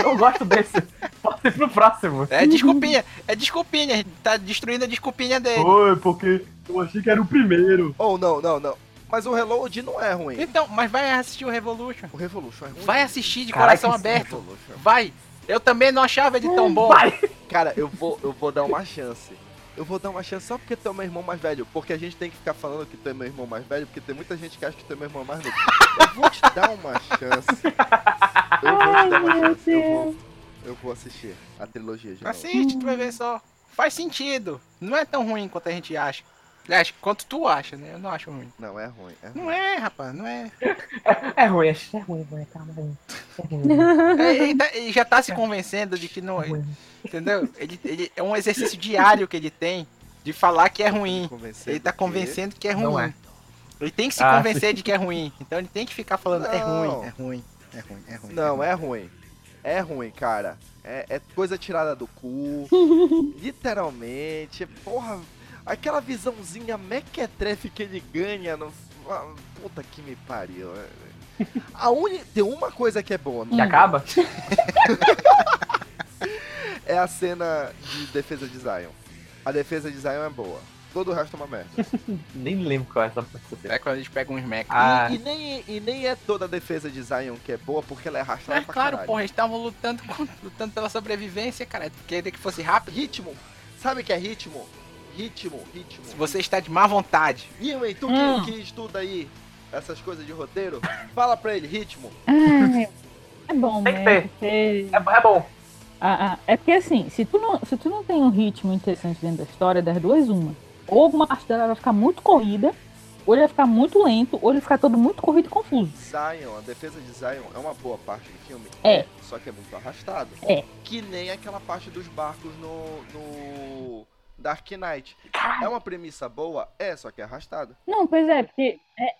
Speaker 4: eu gosto desse. Pode ir pro próximo.
Speaker 5: É desculpinha. É desculpinha. a gente Tá destruindo a desculpinha dele.
Speaker 4: Foi, porque eu achei que era o primeiro.
Speaker 2: Ou Oh, não, não, não. Mas o Reload não é ruim.
Speaker 5: Então, mas vai assistir o Revolution.
Speaker 2: O Revolution é ruim.
Speaker 5: Vai assistir de
Speaker 4: Caraca,
Speaker 5: coração
Speaker 4: que
Speaker 5: aberto.
Speaker 2: Revolution. é
Speaker 5: Vai. Eu também não achava ele tão bom.
Speaker 4: Vai!
Speaker 2: Cara, eu vou, eu vou dar uma chance. Eu vou dar uma chance só porque tu é meu irmão mais velho. Porque a gente tem que ficar falando que tu é meu irmão mais velho, porque tem muita gente que acha que tu é meu irmão mais novo. Eu vou te dar uma chance. Eu vou te dar uma
Speaker 3: Ai, meu
Speaker 2: chance. Eu vou, eu vou assistir a trilogia
Speaker 5: Ah,
Speaker 2: já.
Speaker 5: Assiste, tu vai ver só. Faz sentido. Não é tão ruim quanto a gente acha. Aliás, quanto tu acha, né? Eu não acho ruim.
Speaker 2: Não, é ruim. É ruim.
Speaker 5: Não é, rapaz, não é.
Speaker 4: É ruim, é
Speaker 6: É ruim, mãe, calma aí.
Speaker 4: [LAUGHS]
Speaker 5: É, Ele, tá- ele já tá se convencendo de que não. é, Entendeu? Ele, ele- é um exercício diário que ele tem de falar que é ruim.
Speaker 2: Convencer
Speaker 5: Ele tá
Speaker 2: do quê?
Speaker 5: convencendo que é ruim.
Speaker 4: Não é.
Speaker 5: Ele tem que se
Speaker 4: Ah,
Speaker 5: convencer de que é ruim. Então ele tem que ficar falando, é
Speaker 2: Não.
Speaker 5: ruim, é ruim, é ruim, é ruim.
Speaker 2: Não, é ruim. É ruim, cara. É, é coisa tirada do
Speaker 5: [LAUGHS]
Speaker 2: cu. literalmente. Porra, aquela visãozinha mequetrefe que ele ganha no. ah, Puta que me pariu. é. A uni... Tem uma coisa que é boa,
Speaker 4: Que
Speaker 2: né?
Speaker 4: acaba?
Speaker 5: Hum.
Speaker 2: é a cena de defesa de Zion. A defesa de Zion é boa. todo o resto é uma merda.
Speaker 4: Nem lembro qual é essa essa cena.
Speaker 5: É quando a gente pega uns mechas.
Speaker 4: Ah,
Speaker 2: E, e nem, e nem é toda a defesa de Zion que é boa, porque ela é arrastada
Speaker 5: É
Speaker 2: pra
Speaker 5: claro,
Speaker 2: caralho.
Speaker 5: porra, eles estavam lutando, com- lutando pela sobrevivência, cara. Queria que fosse rápido.
Speaker 2: Ritmo. Sabe o que é ritmo? Ritmo, ritmo.
Speaker 5: Se você está de má vontade.
Speaker 2: Ian, tu
Speaker 3: Hum.
Speaker 2: que, que estuda aí essas coisas de roteiro, fala pra ele, ritmo.
Speaker 3: Ai, é bom,
Speaker 4: Tem que
Speaker 3: né?
Speaker 4: ter.
Speaker 3: Porque-
Speaker 4: é, é bom.
Speaker 3: Ah, ah, é porque assim, se tu, não, se tu não tem um ritmo interessante dentro da história, das duas, uma. Ou alguma parte dela vai ficar muito corrida, ou ele vai ficar muito lento, ou ele vai ficar todo muito corrido e confuso.
Speaker 2: Zion, a defesa de Zion é uma boa parte do filme.
Speaker 3: É.
Speaker 2: Só que é muito arrastado.
Speaker 3: É.
Speaker 2: Que nem aquela parte dos barcos no. no. Dark Knight. É uma premissa boa? É, só que é arrastada.
Speaker 3: Não, pois é, porque,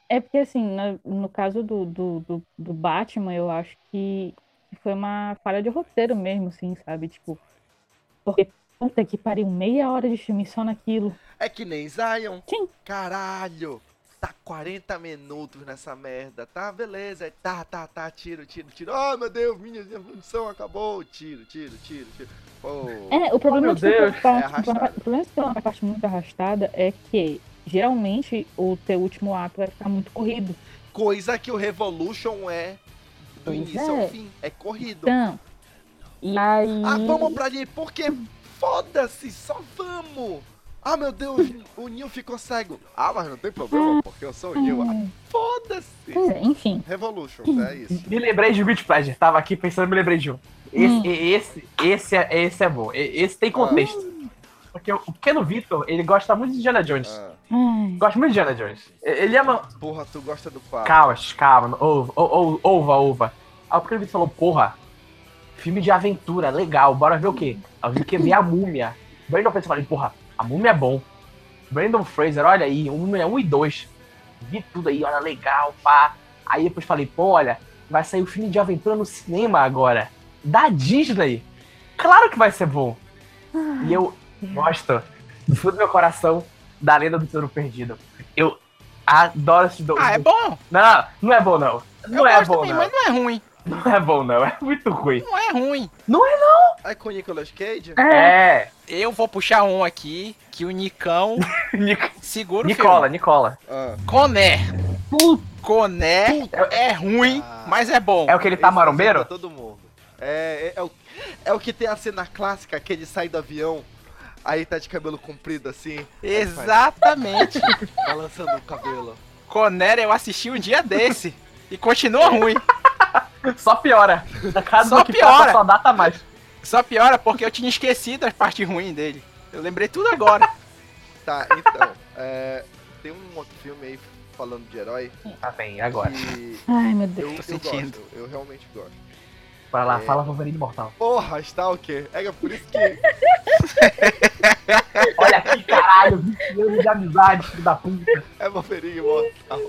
Speaker 3: é, é porque assim, na- no caso do, do, do, do Batman, eu acho que foi uma falha de roteiro mesmo, assim, sabe? Tipo, porque puta que pariu, meia hora de filme só naquilo.
Speaker 2: É que nem Zion.
Speaker 3: Sim.
Speaker 2: Caralho! Tá 40 minutos nessa merda. Tá, beleza. Tá, tá, tá. Tiro, tiro, tiro. Ah, meu Deus, minha minha munição acabou. Tiro, tiro, tiro, tiro. Pô.
Speaker 3: É, o problema
Speaker 4: meu
Speaker 3: de você
Speaker 4: Deus.
Speaker 3: colocar-
Speaker 2: É arrastado.
Speaker 3: o problema de você colocar uma parte muito arrastada é que geralmente o teu último ato vai ficar muito corrido.
Speaker 2: Coisa que o Revolution é do
Speaker 3: Pois
Speaker 2: início
Speaker 3: é.
Speaker 2: ao fim. É corrido.
Speaker 3: Então, e aí. é,
Speaker 2: Ah, vamos pra ali, porque foda-se, só vamos! Ah, meu Deus, o Nil ficou cego. Ah, mas não tem problema, porque eu sou o Nil. Ah,
Speaker 3: Pois
Speaker 2: Foda-se!
Speaker 3: é, enfim.
Speaker 2: Revolution, é isso.
Speaker 4: Me lembrei de Guilty Pleasure. Tava aqui pensando, me lembrei de um. Esse,
Speaker 3: Hum.
Speaker 4: e- esse, esse, é, esse é bom. E- Esse tem contexto. Porque o Keno Vitor, ele gosta muito de Indiana Jones.
Speaker 2: Ah,
Speaker 3: Ai,
Speaker 4: Gosta muito de Indiana Jones. E- Ele ama.
Speaker 2: porra, tu gosta do quadro.
Speaker 4: Calma, calma. Ova, ova, ova. ova. Aí Ah, o Keno Vitor falou: porra, filme de aventura, legal, bora ver o quê? Aí eu vi que ver a múmia. Brandon Fraser falei: porra, a múmia é bom. Brandon Fraser, olha aí, o número é 1 e 2. Vi tudo aí, olha, legal, pá. Aí depois falei, pô, olha, vai sair o filme de aventura no cinema agora. Da Disney. Claro que vai ser bom. E eu gosto, do fundo do meu coração, da Lenda do Tesouro Perdido. Eu adoro esse do...
Speaker 5: Ah, é bom.
Speaker 4: Não, não é bom não. Não
Speaker 5: Eu
Speaker 4: é
Speaker 5: gosto
Speaker 4: bom
Speaker 5: também,
Speaker 4: não.
Speaker 5: mas não é ruim.
Speaker 4: Não é bom não, é muito ruim.
Speaker 5: Não é ruim.
Speaker 2: É com o Nicolas Cage?
Speaker 3: Ah.
Speaker 4: É,
Speaker 5: Eu vou puxar um aqui, que o Nicão
Speaker 4: Nic-
Speaker 5: segura o
Speaker 4: Nicola,
Speaker 5: filme.
Speaker 4: Nicola.
Speaker 2: Ah,
Speaker 5: Coné. Coné é ruim,
Speaker 2: Ah.
Speaker 5: mas é bom.
Speaker 4: É o que ele tá
Speaker 2: esse
Speaker 4: marombeiro?
Speaker 2: pra Todo mundo. É, é, é o, é o que tem a cena clássica, que ele sai do avião, aí tá de cabelo comprido assim,
Speaker 4: [LAUGHS]
Speaker 5: Exatamente.
Speaker 2: balançando o cabelo.
Speaker 5: Coné eu assisti um dia desse. E continua ruim.
Speaker 4: Só piora. Cada
Speaker 5: tá Só
Speaker 4: um que passa,
Speaker 5: piora.
Speaker 4: Só data mais.
Speaker 5: Só piora porque eu tinha esquecido as partes ruins dele. Eu lembrei tudo agora.
Speaker 2: Tá, então, é, tem um outro filme aí falando de herói
Speaker 4: Tá bem, agora.
Speaker 2: que
Speaker 3: ai, meu
Speaker 2: eu,
Speaker 3: Deus.
Speaker 2: eu
Speaker 5: sentindo.
Speaker 2: gosto, eu realmente gosto.
Speaker 4: Bora lá,
Speaker 2: É.
Speaker 4: fala Wolverine Imortal.
Speaker 2: Porra, Stalker. É por isso que.
Speaker 4: Olha aqui, caralho, 20 anos de amizade, filho da puta.
Speaker 2: É Wolverine Imortal.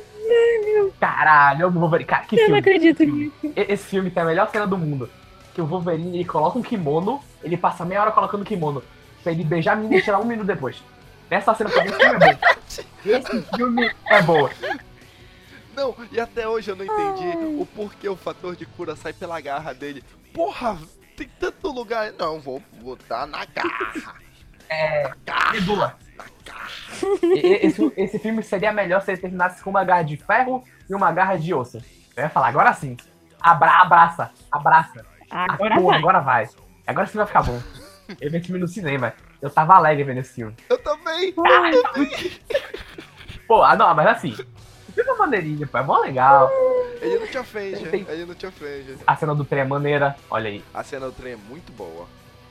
Speaker 4: Caralho, eu amo o Wolverine. Cara, que
Speaker 3: Eu não
Speaker 4: filme.
Speaker 3: acredito nisso.
Speaker 4: E- Esse filme tem a melhor cena do mundo. Que o Wolverine, ele coloca um kimono, ele passa meia hora colocando kimono. Pra ele beijar a menina e tirar um minuto depois. Essa cena pra mim, esse filme é bom. Esse filme é bom.
Speaker 2: Não, e até hoje eu não entendi o porquê o fator de cura sai pela garra dele. Porra, tem tanto lugar. Não, vou botar na garra.
Speaker 4: Medula. E- e- Esse, esse filme seria melhor se ele terminasse com uma garra de ferro e uma garra de osso. Eu ia falar, agora sim. Abra, abraça, abraça.
Speaker 3: Agora tá.
Speaker 4: Pô,
Speaker 3: vai.
Speaker 4: agora vai. Agora esse filme vai ficar bom. Eu vi esse filme no cinema. Eu tava alegre vendo esse filme.
Speaker 2: Eu também.
Speaker 4: Pô, ah não, mas assim. O filme é maneirinho, pô. É mó legal.
Speaker 2: Ele não te ofende. Ele não te ofende.
Speaker 4: A cena do trem é maneira. Olha aí.
Speaker 2: A cena do trem é muito boa.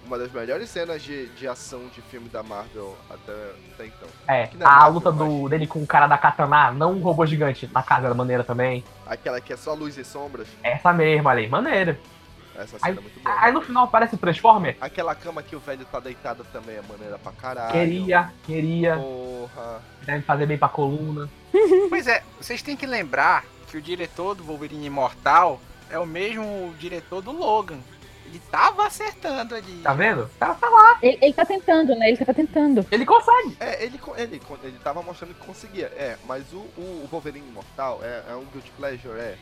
Speaker 2: Uma das melhores cenas de, de ação de filme da Marvel até, até então.
Speaker 4: É,
Speaker 2: Que
Speaker 4: a
Speaker 2: negócio,
Speaker 4: luta do, dele com o cara da katana, não um robô gigante, na casa era maneira também.
Speaker 2: Aquela que é só luz e sombras.
Speaker 4: Essa mesma, olha aí, maneira.
Speaker 2: Essa cena é muito boa.
Speaker 4: Aí no final aparece o Transformer.
Speaker 2: Aquela cama que o velho tá deitado também é maneira pra caralho.
Speaker 4: Queria, queria,
Speaker 2: Porra.
Speaker 4: deve fazer bem pra coluna.
Speaker 5: Pois é, vocês têm que lembrar que o diretor do Wolverine Imortal é o mesmo diretor do Logan. Ele tava acertando ali.
Speaker 4: Tá vendo? O cara tá lá,
Speaker 3: Ele, ele tá tentando, né? Ele tá tentando.
Speaker 4: ele consegue.
Speaker 2: É, ele, co- ele, co- ele tava mostrando que conseguia, é, mas o, o o Wolverine Imortal é, é um Guilty Pleasure, é.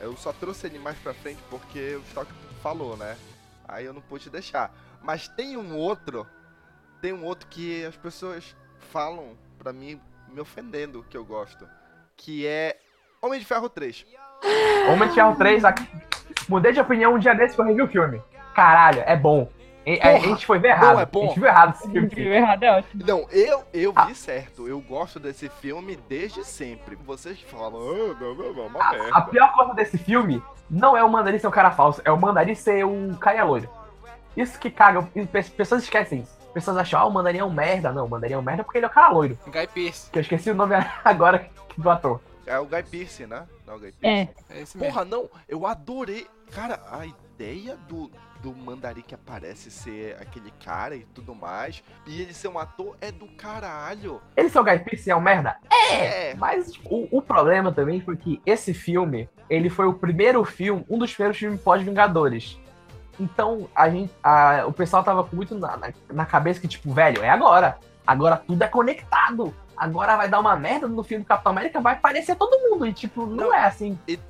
Speaker 2: Eu só trouxe ele mais pra frente porque o Stock falou, né? Aí eu não pude deixar. Mas tem um outro, tem um outro que as pessoas falam pra mim me ofendendo que eu gosto. Que é Homem de Ferro 3.
Speaker 4: Homem de Ferro 3, a- mudei de opinião um dia desse que eu revi o filme. Caralho, é bom. E- a, a
Speaker 2: Porra,
Speaker 4: gente foi ver errado.
Speaker 2: é bom.
Speaker 4: A gente viu errado esse
Speaker 3: Se
Speaker 4: filme.
Speaker 3: viu errado, é ótimo.
Speaker 2: Não, eu, eu
Speaker 4: Ah.
Speaker 2: vi certo. Eu gosto desse filme desde sempre. Vocês que falam, ah, não, não, não, é uma
Speaker 4: A, a
Speaker 2: merda.
Speaker 4: pior coisa desse filme não é o Mandarim ser um cara falso, é o Mandarim ser um cara loiro. Isso que caga, e pe- pessoas esquecem isso. Pessoas acham, ah, o Mandarim é um merda. Não, o Mandarim é um merda porque ele é um cara loiro.
Speaker 5: Guy Pearce.
Speaker 4: Que eu esqueci o nome [LAUGHS] agora do ator.
Speaker 2: É o Guy Pearce, né? Não, é o Guy Pearce.
Speaker 3: É,
Speaker 5: É esse mesmo.
Speaker 2: Porra, não, eu adorei. Cara, a ideia do, do mandarim que aparece ser aquele cara e tudo mais, e ele ser um ator é do caralho.
Speaker 4: Ele ser o Guy Pearce é um merda?
Speaker 2: É,
Speaker 4: Mas tipo, o, o problema também foi que esse filme, ele foi o primeiro filme, um dos primeiros filmes pós-Vingadores. Então, a gente, a- o pessoal tava com muito na, na- na cabeça que, tipo, velho, é agora. Agora tudo é conectado. Agora vai dar uma merda no filme do Capitão América, vai aparecer todo mundo. E, tipo, não, é assim.
Speaker 2: e
Speaker 4: né?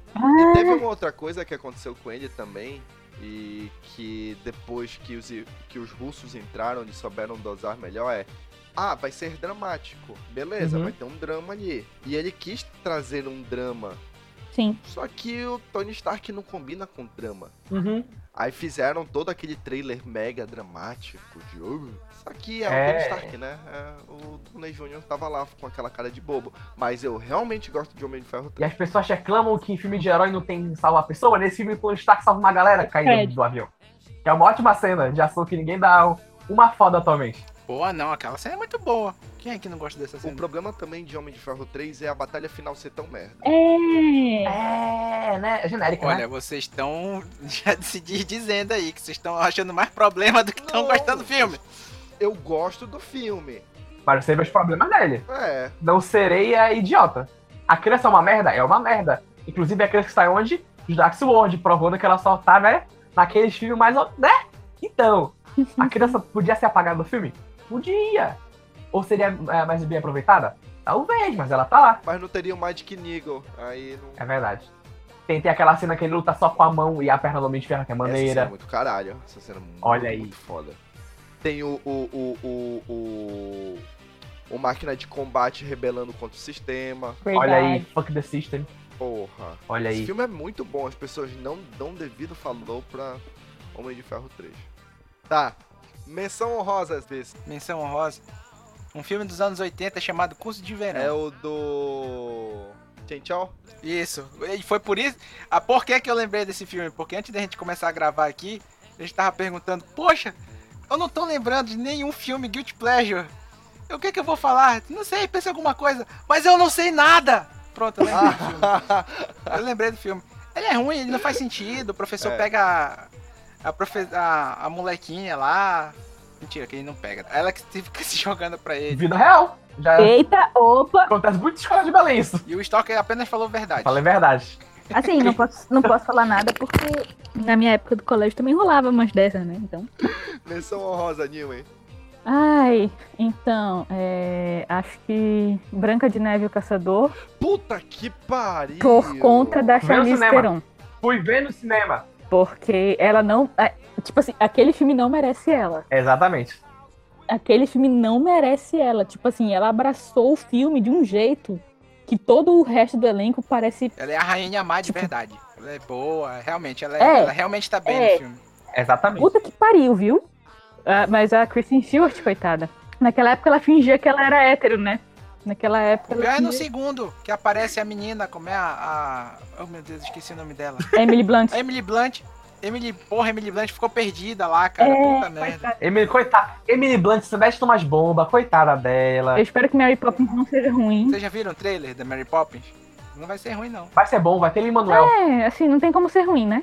Speaker 2: teve uma outra coisa que aconteceu com ele também, e que depois que os, que os russos entraram e souberam dosar melhor é. Ah, vai ser dramático. Beleza,
Speaker 4: Uhum.
Speaker 2: vai ter um drama ali. E ele quis trazer um drama.
Speaker 3: sim.
Speaker 2: Só que o Tony Stark não combina com drama.
Speaker 4: Uhum.
Speaker 2: Aí fizeram todo aquele trailer mega dramático de "Oh", Só que é, o
Speaker 4: É.
Speaker 2: Tony Stark, né? É, o Tony Jr. tava lá com aquela cara de bobo. Mas eu realmente gosto de Homem de Ferro
Speaker 4: E
Speaker 2: 3.
Speaker 4: as pessoas reclamam que em filme de herói não tem salva a pessoa. Nesse filme, o Stark salva uma galera
Speaker 3: É.
Speaker 4: caindo do, do avião. Que é uma ótima cena de ação que ninguém dá uma foda atualmente.
Speaker 5: Boa não, aquela cena é muito boa. Quem é que não gosta dessa
Speaker 2: O
Speaker 5: cena?
Speaker 2: problema também de Homem de Ferro 3 é a batalha final ser tão merda.
Speaker 3: É.
Speaker 4: É, né? É genérica, né?
Speaker 5: Olha, vocês estão [LAUGHS] já se dizendo aí que vocês estão achando mais problema do que estão
Speaker 2: Não.
Speaker 5: gostando do filme.
Speaker 2: Eu gosto do filme.
Speaker 4: Para você ver os problemas dele.
Speaker 2: É,
Speaker 4: Não serei a idiota. A criança é uma merda? É uma merda. Inclusive a criança que sai onde? Os Dark Sword, provando que ela só tá, né? Naqueles filmes mais. ó, né? Então, a criança podia ser apagada do filme? Podia. Ou seria é, mais bem aproveitada? Talvez, mas ela tá lá.
Speaker 2: mas não teria o Magic Nigel. Aí não.
Speaker 4: É verdade. Tem, tem aquela cena que ele luta só com a mão e a perna do homem de ferro, que é
Speaker 2: Essa cena é
Speaker 4: maneira.
Speaker 2: muito caralho. Essa cena é muito,
Speaker 4: Olha aí.
Speaker 2: muito foda. Tem o. o, o, o, o... O máquina de combate rebelando contra o sistema.
Speaker 3: Verdade.
Speaker 4: Olha aí, fuck the system.
Speaker 2: Porra.
Speaker 4: Olha
Speaker 2: Esse
Speaker 4: aí.
Speaker 2: filme é muito bom, as pessoas não dão devido valor pra Homem de Ferro 3. Tá. Menção honrosa às vezes.
Speaker 5: Menção honrosa. Um filme dos anos 80 chamado Curso de
Speaker 2: É
Speaker 5: Verão.
Speaker 2: o do. Tchau.
Speaker 5: Isso. E foi por isso. A por que que eu lembrei desse filme? Porque antes da gente começar a gravar aqui, a gente tava perguntando, poxa, eu não tô lembrando de nenhum filme Guilty Pleasure. O que que eu vou falar? Não sei, pensa em alguma coisa. Mas eu não sei nada! Pronto, eu lembrei do filme.
Speaker 2: Ah,
Speaker 5: Eu lembrei do filme. Ele é ruim, ele não faz sentido. O professor
Speaker 2: É.
Speaker 5: pega a, a, profe- a, a molequinha lá. Mentira, que ele não pega. Ela que [LAUGHS] fica se jogando pra
Speaker 2: é
Speaker 5: ele.
Speaker 4: Vida real. Já
Speaker 3: Eita, opa!
Speaker 4: acontece muito em escola de Belém isso.
Speaker 5: E o Stalker apenas falou verdade.
Speaker 4: Falei a verdade.
Speaker 3: Assim, não posso, não posso falar nada porque na minha época do colégio também rolava umas dessas, né? Então.
Speaker 2: Menção honrosa, Newman.
Speaker 3: Ai, então, é, acho que Branca de Neve e o Caçador
Speaker 2: Puta que pariu.
Speaker 3: por conta da
Speaker 4: Vê no
Speaker 3: Charlize
Speaker 4: cinema.
Speaker 3: Theron.
Speaker 4: Fui ver no cinema.
Speaker 3: Porque ela não. é, Tipo assim, aquele filme não merece ela.
Speaker 4: Exatamente.
Speaker 3: Aquele filme não merece ela. Tipo assim, ela abraçou o filme de um jeito que todo o resto do elenco parece.
Speaker 5: Ela é a rainha má de verdade. Ela é boa, realmente. Ela, é-
Speaker 3: É.
Speaker 5: ela realmente tá bem
Speaker 3: É.
Speaker 5: no filme.
Speaker 4: Exatamente.
Speaker 3: Puta que pariu, viu? Ah, mas a Kristen Stewart, coitada. Naquela época ela fingia que ela era hétero, né? Naquela época.
Speaker 5: O
Speaker 3: Ela
Speaker 5: pior é no
Speaker 3: fingia-
Speaker 5: segundo, que aparece a menina, como é a. a... Oh meu Deus, esqueci o nome dela.
Speaker 3: Emily Blunt.
Speaker 5: [LAUGHS] A Emily Blunt. Emily, porra, Emily Blunt ficou perdida lá, cara. Puta merda.
Speaker 4: Emily, coitada. Emily Blunt se veste umas bombas, coitada dela.
Speaker 3: Eu espero que Mary Poppins não seja ruim.
Speaker 5: Vocês já viram o trailer da Mary Poppins? Não vai ser ruim, não.
Speaker 4: Vai ser bom, vai ter Emmanuel.
Speaker 3: É, assim, não tem como ser ruim, né?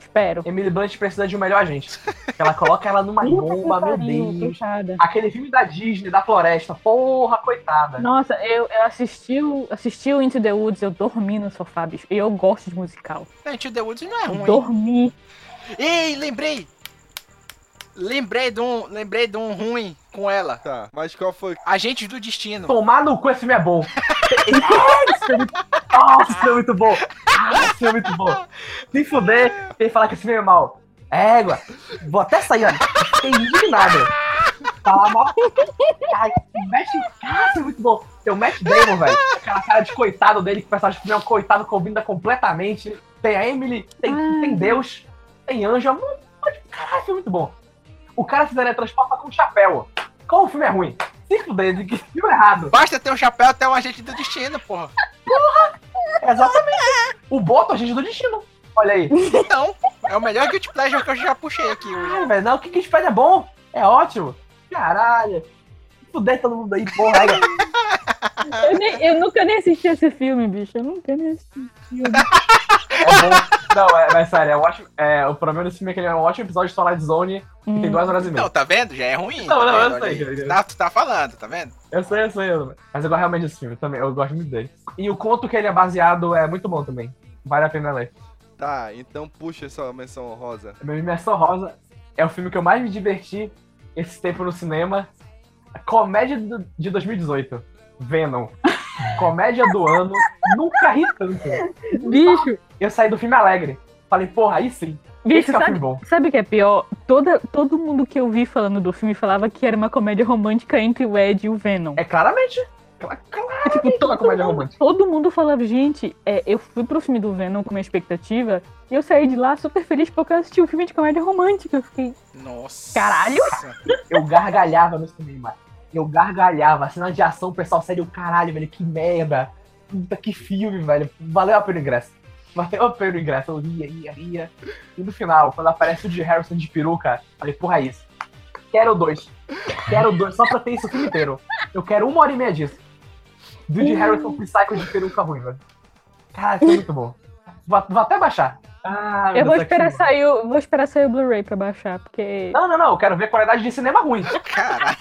Speaker 3: Espero.
Speaker 4: Emily Blunt precisa de um melhor agente. Ela coloca ela numa
Speaker 3: Puta que
Speaker 4: bomba, meu
Speaker 3: pariu,
Speaker 4: Deus.
Speaker 3: coitada.
Speaker 4: Aquele filme da Disney, da floresta. Porra, coitada.
Speaker 3: Nossa, eu, eu assisti, o, assisti o Into the Woods, eu dormi no sofá, bicho. E eu gosto de musical.
Speaker 5: Não, Tio The Woods não é
Speaker 3: Eu
Speaker 5: ruim.
Speaker 3: dormi.
Speaker 5: Ei, lembrei! Lembrei de um, lembrei de um ruim com ela.
Speaker 2: Tá, mas qual foi?
Speaker 5: Agentes do Destino.
Speaker 4: Tomar no cu, esse filme é bom. Esse filme- Nossa, esse filme é muito bom. Ah, Esse filme é muito bom. Se fuder, tem que falar que esse filme é mal. Égua. Vou até sair, olha. Fiquei indignado. Fala mal. Cara, o Matt, cara, é muito bom. Tem o Matt Damon, velho. Aquela cara de coitado dele, que o personagem é um coitado combina completamente. Tem a Emily, tem,
Speaker 3: Ai.
Speaker 4: tem Deus, tem anjo. é muito- mas, Caralho, é muito bom. O cara se teletransporta com um chapéu. Como o filme é ruim? Ciclo dele, que filme errado.
Speaker 5: Basta ter o chapéu até o agente do destino, porra.
Speaker 4: Exatamente. O Boto, é gente do destino. Olha aí.
Speaker 5: Então, é o melhor Guilty Pleasure que eu já puxei aqui hoje.
Speaker 4: Caralho, velho, não, o que que Spider é bom? É ótimo. Caralho. Fudei todo mundo aí, porra. Aí,
Speaker 5: Ah.
Speaker 3: Eu, nem- eu nunca nem assisti esse filme, bicho. Eu nunca nem assisti.
Speaker 5: [LAUGHS]
Speaker 4: É bom. Não, é, mas sério, é um ótimo. É, o problema desse filme é que ele é um ótimo episódio de Twilight Zone que tem
Speaker 3: Hum.
Speaker 4: duas horas e meia.
Speaker 5: Não, tá vendo? Já é ruim.
Speaker 4: Não,
Speaker 5: tá
Speaker 4: não,
Speaker 5: vendo?
Speaker 4: eu sei,
Speaker 5: Olha aí.
Speaker 4: eu-
Speaker 5: Tá, tu tá falando, tá vendo?
Speaker 4: Eu sei, eu sei. eu- Mas eu gosto realmente desse filme também. Eu gosto muito dele. E o conto que ele é baseado é muito bom também. Vale a pena ler.
Speaker 2: Tá, então puxa essa menção honrosa.
Speaker 4: Meu Imersão Rosa é o filme que eu mais me diverti esse tempo no cinema. Comédia do- de 2018. Venom. Comédia do ano. Nunca ri tanto.
Speaker 3: Bicho,
Speaker 4: Eu saí do filme alegre. Falei, porra, aí sim. Esse
Speaker 3: bicho,
Speaker 4: é o
Speaker 3: sabe,
Speaker 4: filme bom.
Speaker 3: sabe o que é pior? Toda, todo mundo que eu vi falando do filme falava que era uma comédia romântica entre o Ed e o Venom.
Speaker 4: É claramente. cla- Claramente
Speaker 3: tipo,
Speaker 4: uma comédia romântica.
Speaker 3: Todo mundo falava, gente, é, eu fui pro filme do Venom com uma expectativa e eu saí de lá super feliz porque eu assisti um filme de comédia romântica. Eu fiquei,
Speaker 5: Nossa.
Speaker 3: Caralho.
Speaker 4: Eu gargalhava no cinema. Eu gargalhava. Cena de ação, o pessoal sério, caralho, velho, que merda. Puta, que filme, velho. Valeu a pena o ingresso. Valeu a pena o ingresso. Eu ria, ria, ria. E no final, quando aparece o de Harrison de peruca, eu falei, porra, é isso. Quero dois. Quero dois, só pra ter isso o filme inteiro. Eu quero uma hora e meia disso. Do de Harrison Psycho de peruca ruim, velho. Cara, isso é muito bom. Vou, vou até baixar. Ah, meu
Speaker 3: eu vou
Speaker 4: Deus, é que
Speaker 3: esperar,
Speaker 4: filme.
Speaker 3: sair, o- vou esperar sair o Blu-ray pra baixar, porque.
Speaker 4: Não, não, não. Eu quero ver qualidade de cinema ruim.
Speaker 5: Caralho.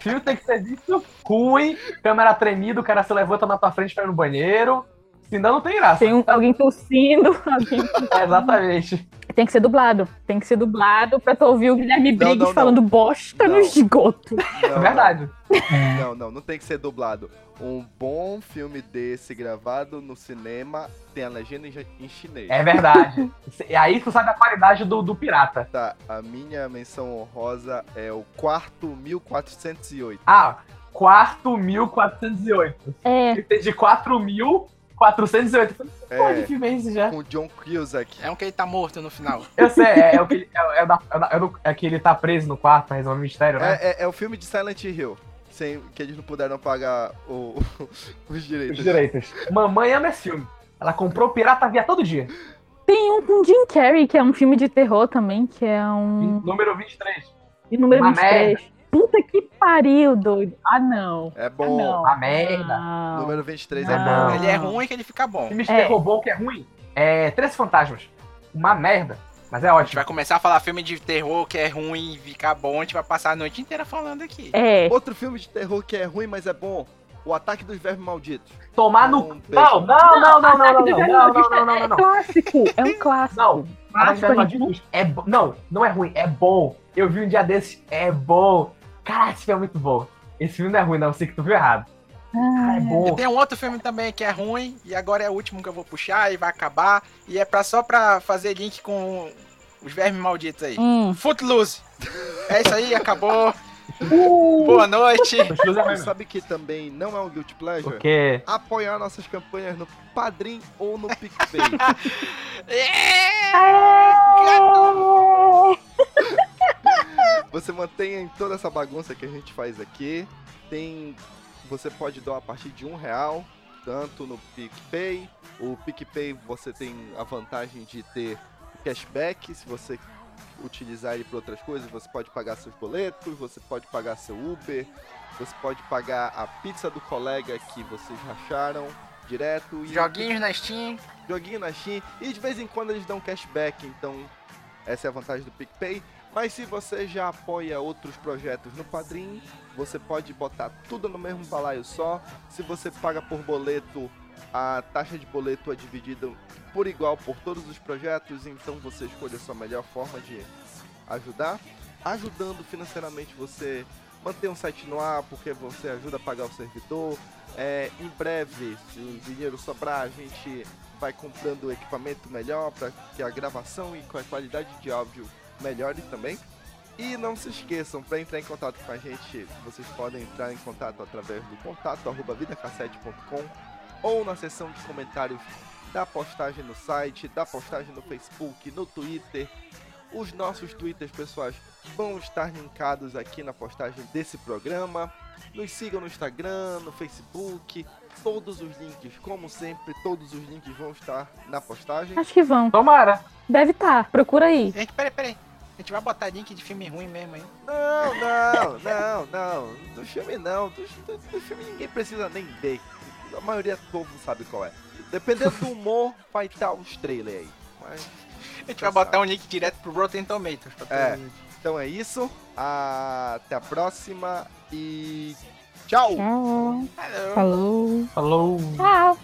Speaker 4: Filme tem que ser visto ruim, câmera tremida, o cara se levanta na tua frente pra ir no banheiro. Senão não tem graça.
Speaker 3: Tem um- alguém tossindo, [LAUGHS] alguém
Speaker 4: É, exatamente.
Speaker 2: Então
Speaker 3: Tem que ser dublado. Tem que ser dublado pra tu ouvir o Guilherme
Speaker 2: Não,
Speaker 3: Briggs
Speaker 2: não, não.
Speaker 3: falando bosta no
Speaker 2: Não.
Speaker 3: esgoto.
Speaker 4: É
Speaker 2: Não,
Speaker 4: verdade.
Speaker 2: Não, não, não, não tem que ser dublado. Um bom filme desse gravado no cinema tem a legenda em ja- em chinês.
Speaker 4: É verdade. E aí tu sabe a qualidade do, do pirata.
Speaker 2: Tá, a minha menção honrosa é o quarto 1408.
Speaker 4: Ah, 4.408.
Speaker 3: É.
Speaker 4: Eu entendi 4.408. Eu falei, Porra, que
Speaker 2: É,
Speaker 4: filme é esse já?
Speaker 2: com John Cusack.
Speaker 5: É um que ele tá morto no final.
Speaker 4: Eu sei, é, é o que ele, é, é o da- é o da- é o do- é que ele tá preso no quarto pra resolver o mistério, né?
Speaker 2: É, é, é o filme de Silent Hill, sem, que eles não puderam pagar o- [LAUGHS] os direitos.
Speaker 4: Os direitos. Mamãe ama esse filme. Ela comprou pirata via todo dia.
Speaker 3: Tem um com Jim Carrey, que é um filme de terror também, que é um.
Speaker 4: Número 23.
Speaker 3: De número
Speaker 4: Uma
Speaker 3: 23. Puta que pariu, doido. Ah, não.
Speaker 2: É
Speaker 3: Ah,
Speaker 2: bom.
Speaker 3: não.
Speaker 4: Uma merda.
Speaker 3: Não.
Speaker 2: Número 23 é
Speaker 4: Não.
Speaker 2: bom.
Speaker 5: Ele é ruim que ele fica bom.
Speaker 4: filme de
Speaker 3: É.
Speaker 4: terror bom que é ruim é Três Fantasmas. Uma merda, mas é
Speaker 5: A gente vai
Speaker 4: ótimo.
Speaker 5: começar a falar filme de terror que é ruim e fica bom, a gente vai passar a noite inteira falando aqui.
Speaker 3: É.
Speaker 2: Outro filme de terror que é ruim, mas é bom. O Ataque dos Vermes Malditos.
Speaker 4: Tomar
Speaker 2: Um
Speaker 4: no.
Speaker 2: beijo.
Speaker 4: Não, não, não, não, não, não, não, não, não, não, não,
Speaker 3: É
Speaker 4: não, não.
Speaker 3: clássico. É um clássico.
Speaker 4: Não.
Speaker 3: Mas
Speaker 4: Ataque
Speaker 3: foi
Speaker 4: dos Vampiros É bo- Não, não é ruim, é bom. Eu vi um dia desse, é bom. Caralho, esse filme é muito bom. Esse filme não é ruim, não. Eu sei que tu viu errado. Ah, é
Speaker 5: E
Speaker 4: bom.
Speaker 5: tem um outro filme também que é ruim, e agora é o último que eu vou puxar e vai acabar. E é pra, só pra fazer link com os vermes malditos aí.
Speaker 3: Hum.
Speaker 5: Footloose! É isso aí, acabou.
Speaker 3: Uh,
Speaker 5: Boa noite.
Speaker 4: Os filmes é ruim, mesmo.
Speaker 2: Sabe que também não é um Guilty Pleasure?
Speaker 4: Porque.
Speaker 2: Apoiar nossas campanhas no Padrim ou no PicPay.
Speaker 5: É,
Speaker 2: Você mantém em toda essa bagunça que a gente faz aqui. Tem. Você pode doar a partir de um real, tanto no PicPay. O PicPay você tem a vantagem de ter cashback. Se você utilizar ele para outras coisas, você pode pagar seus boletos, você pode pagar seu Uber, você pode pagar a pizza do colega que vocês racharam direto. E
Speaker 5: Joguinhos na Steam.
Speaker 2: joguinho na Steam e de vez em quando eles dão cashback, então essa é a vantagem do PicPay. Mas se você já apoia outros projetos no Padrim, você pode botar tudo no mesmo balaio só. Se você paga por boleto, a taxa de boleto é dividida por igual por todos os projetos, então você escolhe a sua melhor forma de ajudar. Ajudando financeiramente você mantém um site no ar, porque você ajuda a pagar o servidor. É, em breve, se o dinheiro sobrar, a gente vai comprando equipamento melhor para que a gravação e com a qualidade de áudio melhore também. E não se esqueçam, para entrar em contato com a gente, vocês podem entrar em contato através do contato arroba vidacassete.com ou na seção de comentários da postagem no site, da postagem no Facebook, no Twitter. Os nossos Twitters pessoais vão estar linkados aqui na postagem desse programa. Nos sigam no Instagram, no Facebook. Todos os links, como sempre, todos os links vão estar na postagem.
Speaker 3: Acho que vão.
Speaker 4: Tomara.
Speaker 3: Deve estar. Procura aí.
Speaker 5: Gente, peraí, peraí. A gente vai botar link de filme ruim mesmo, hein?
Speaker 2: Não, não, não, não. Do filme não. Do, do- do filme ninguém precisa nem ver. A maioria do povo sabe qual é. Dependendo do humor, vai estar uns trailers aí. Mas,
Speaker 5: A gente vai botar um link direto pro Rotten Tomatoes. pra todo
Speaker 2: É.
Speaker 5: mundo.
Speaker 2: então é isso. Até a próxima e tchau!
Speaker 3: Tchau.
Speaker 5: Hello.
Speaker 3: Falou.
Speaker 4: Falou.
Speaker 3: Tchau.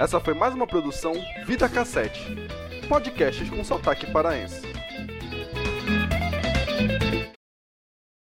Speaker 2: Essa foi mais uma produção Vida Cassete. Podcasts com sotaque paraense.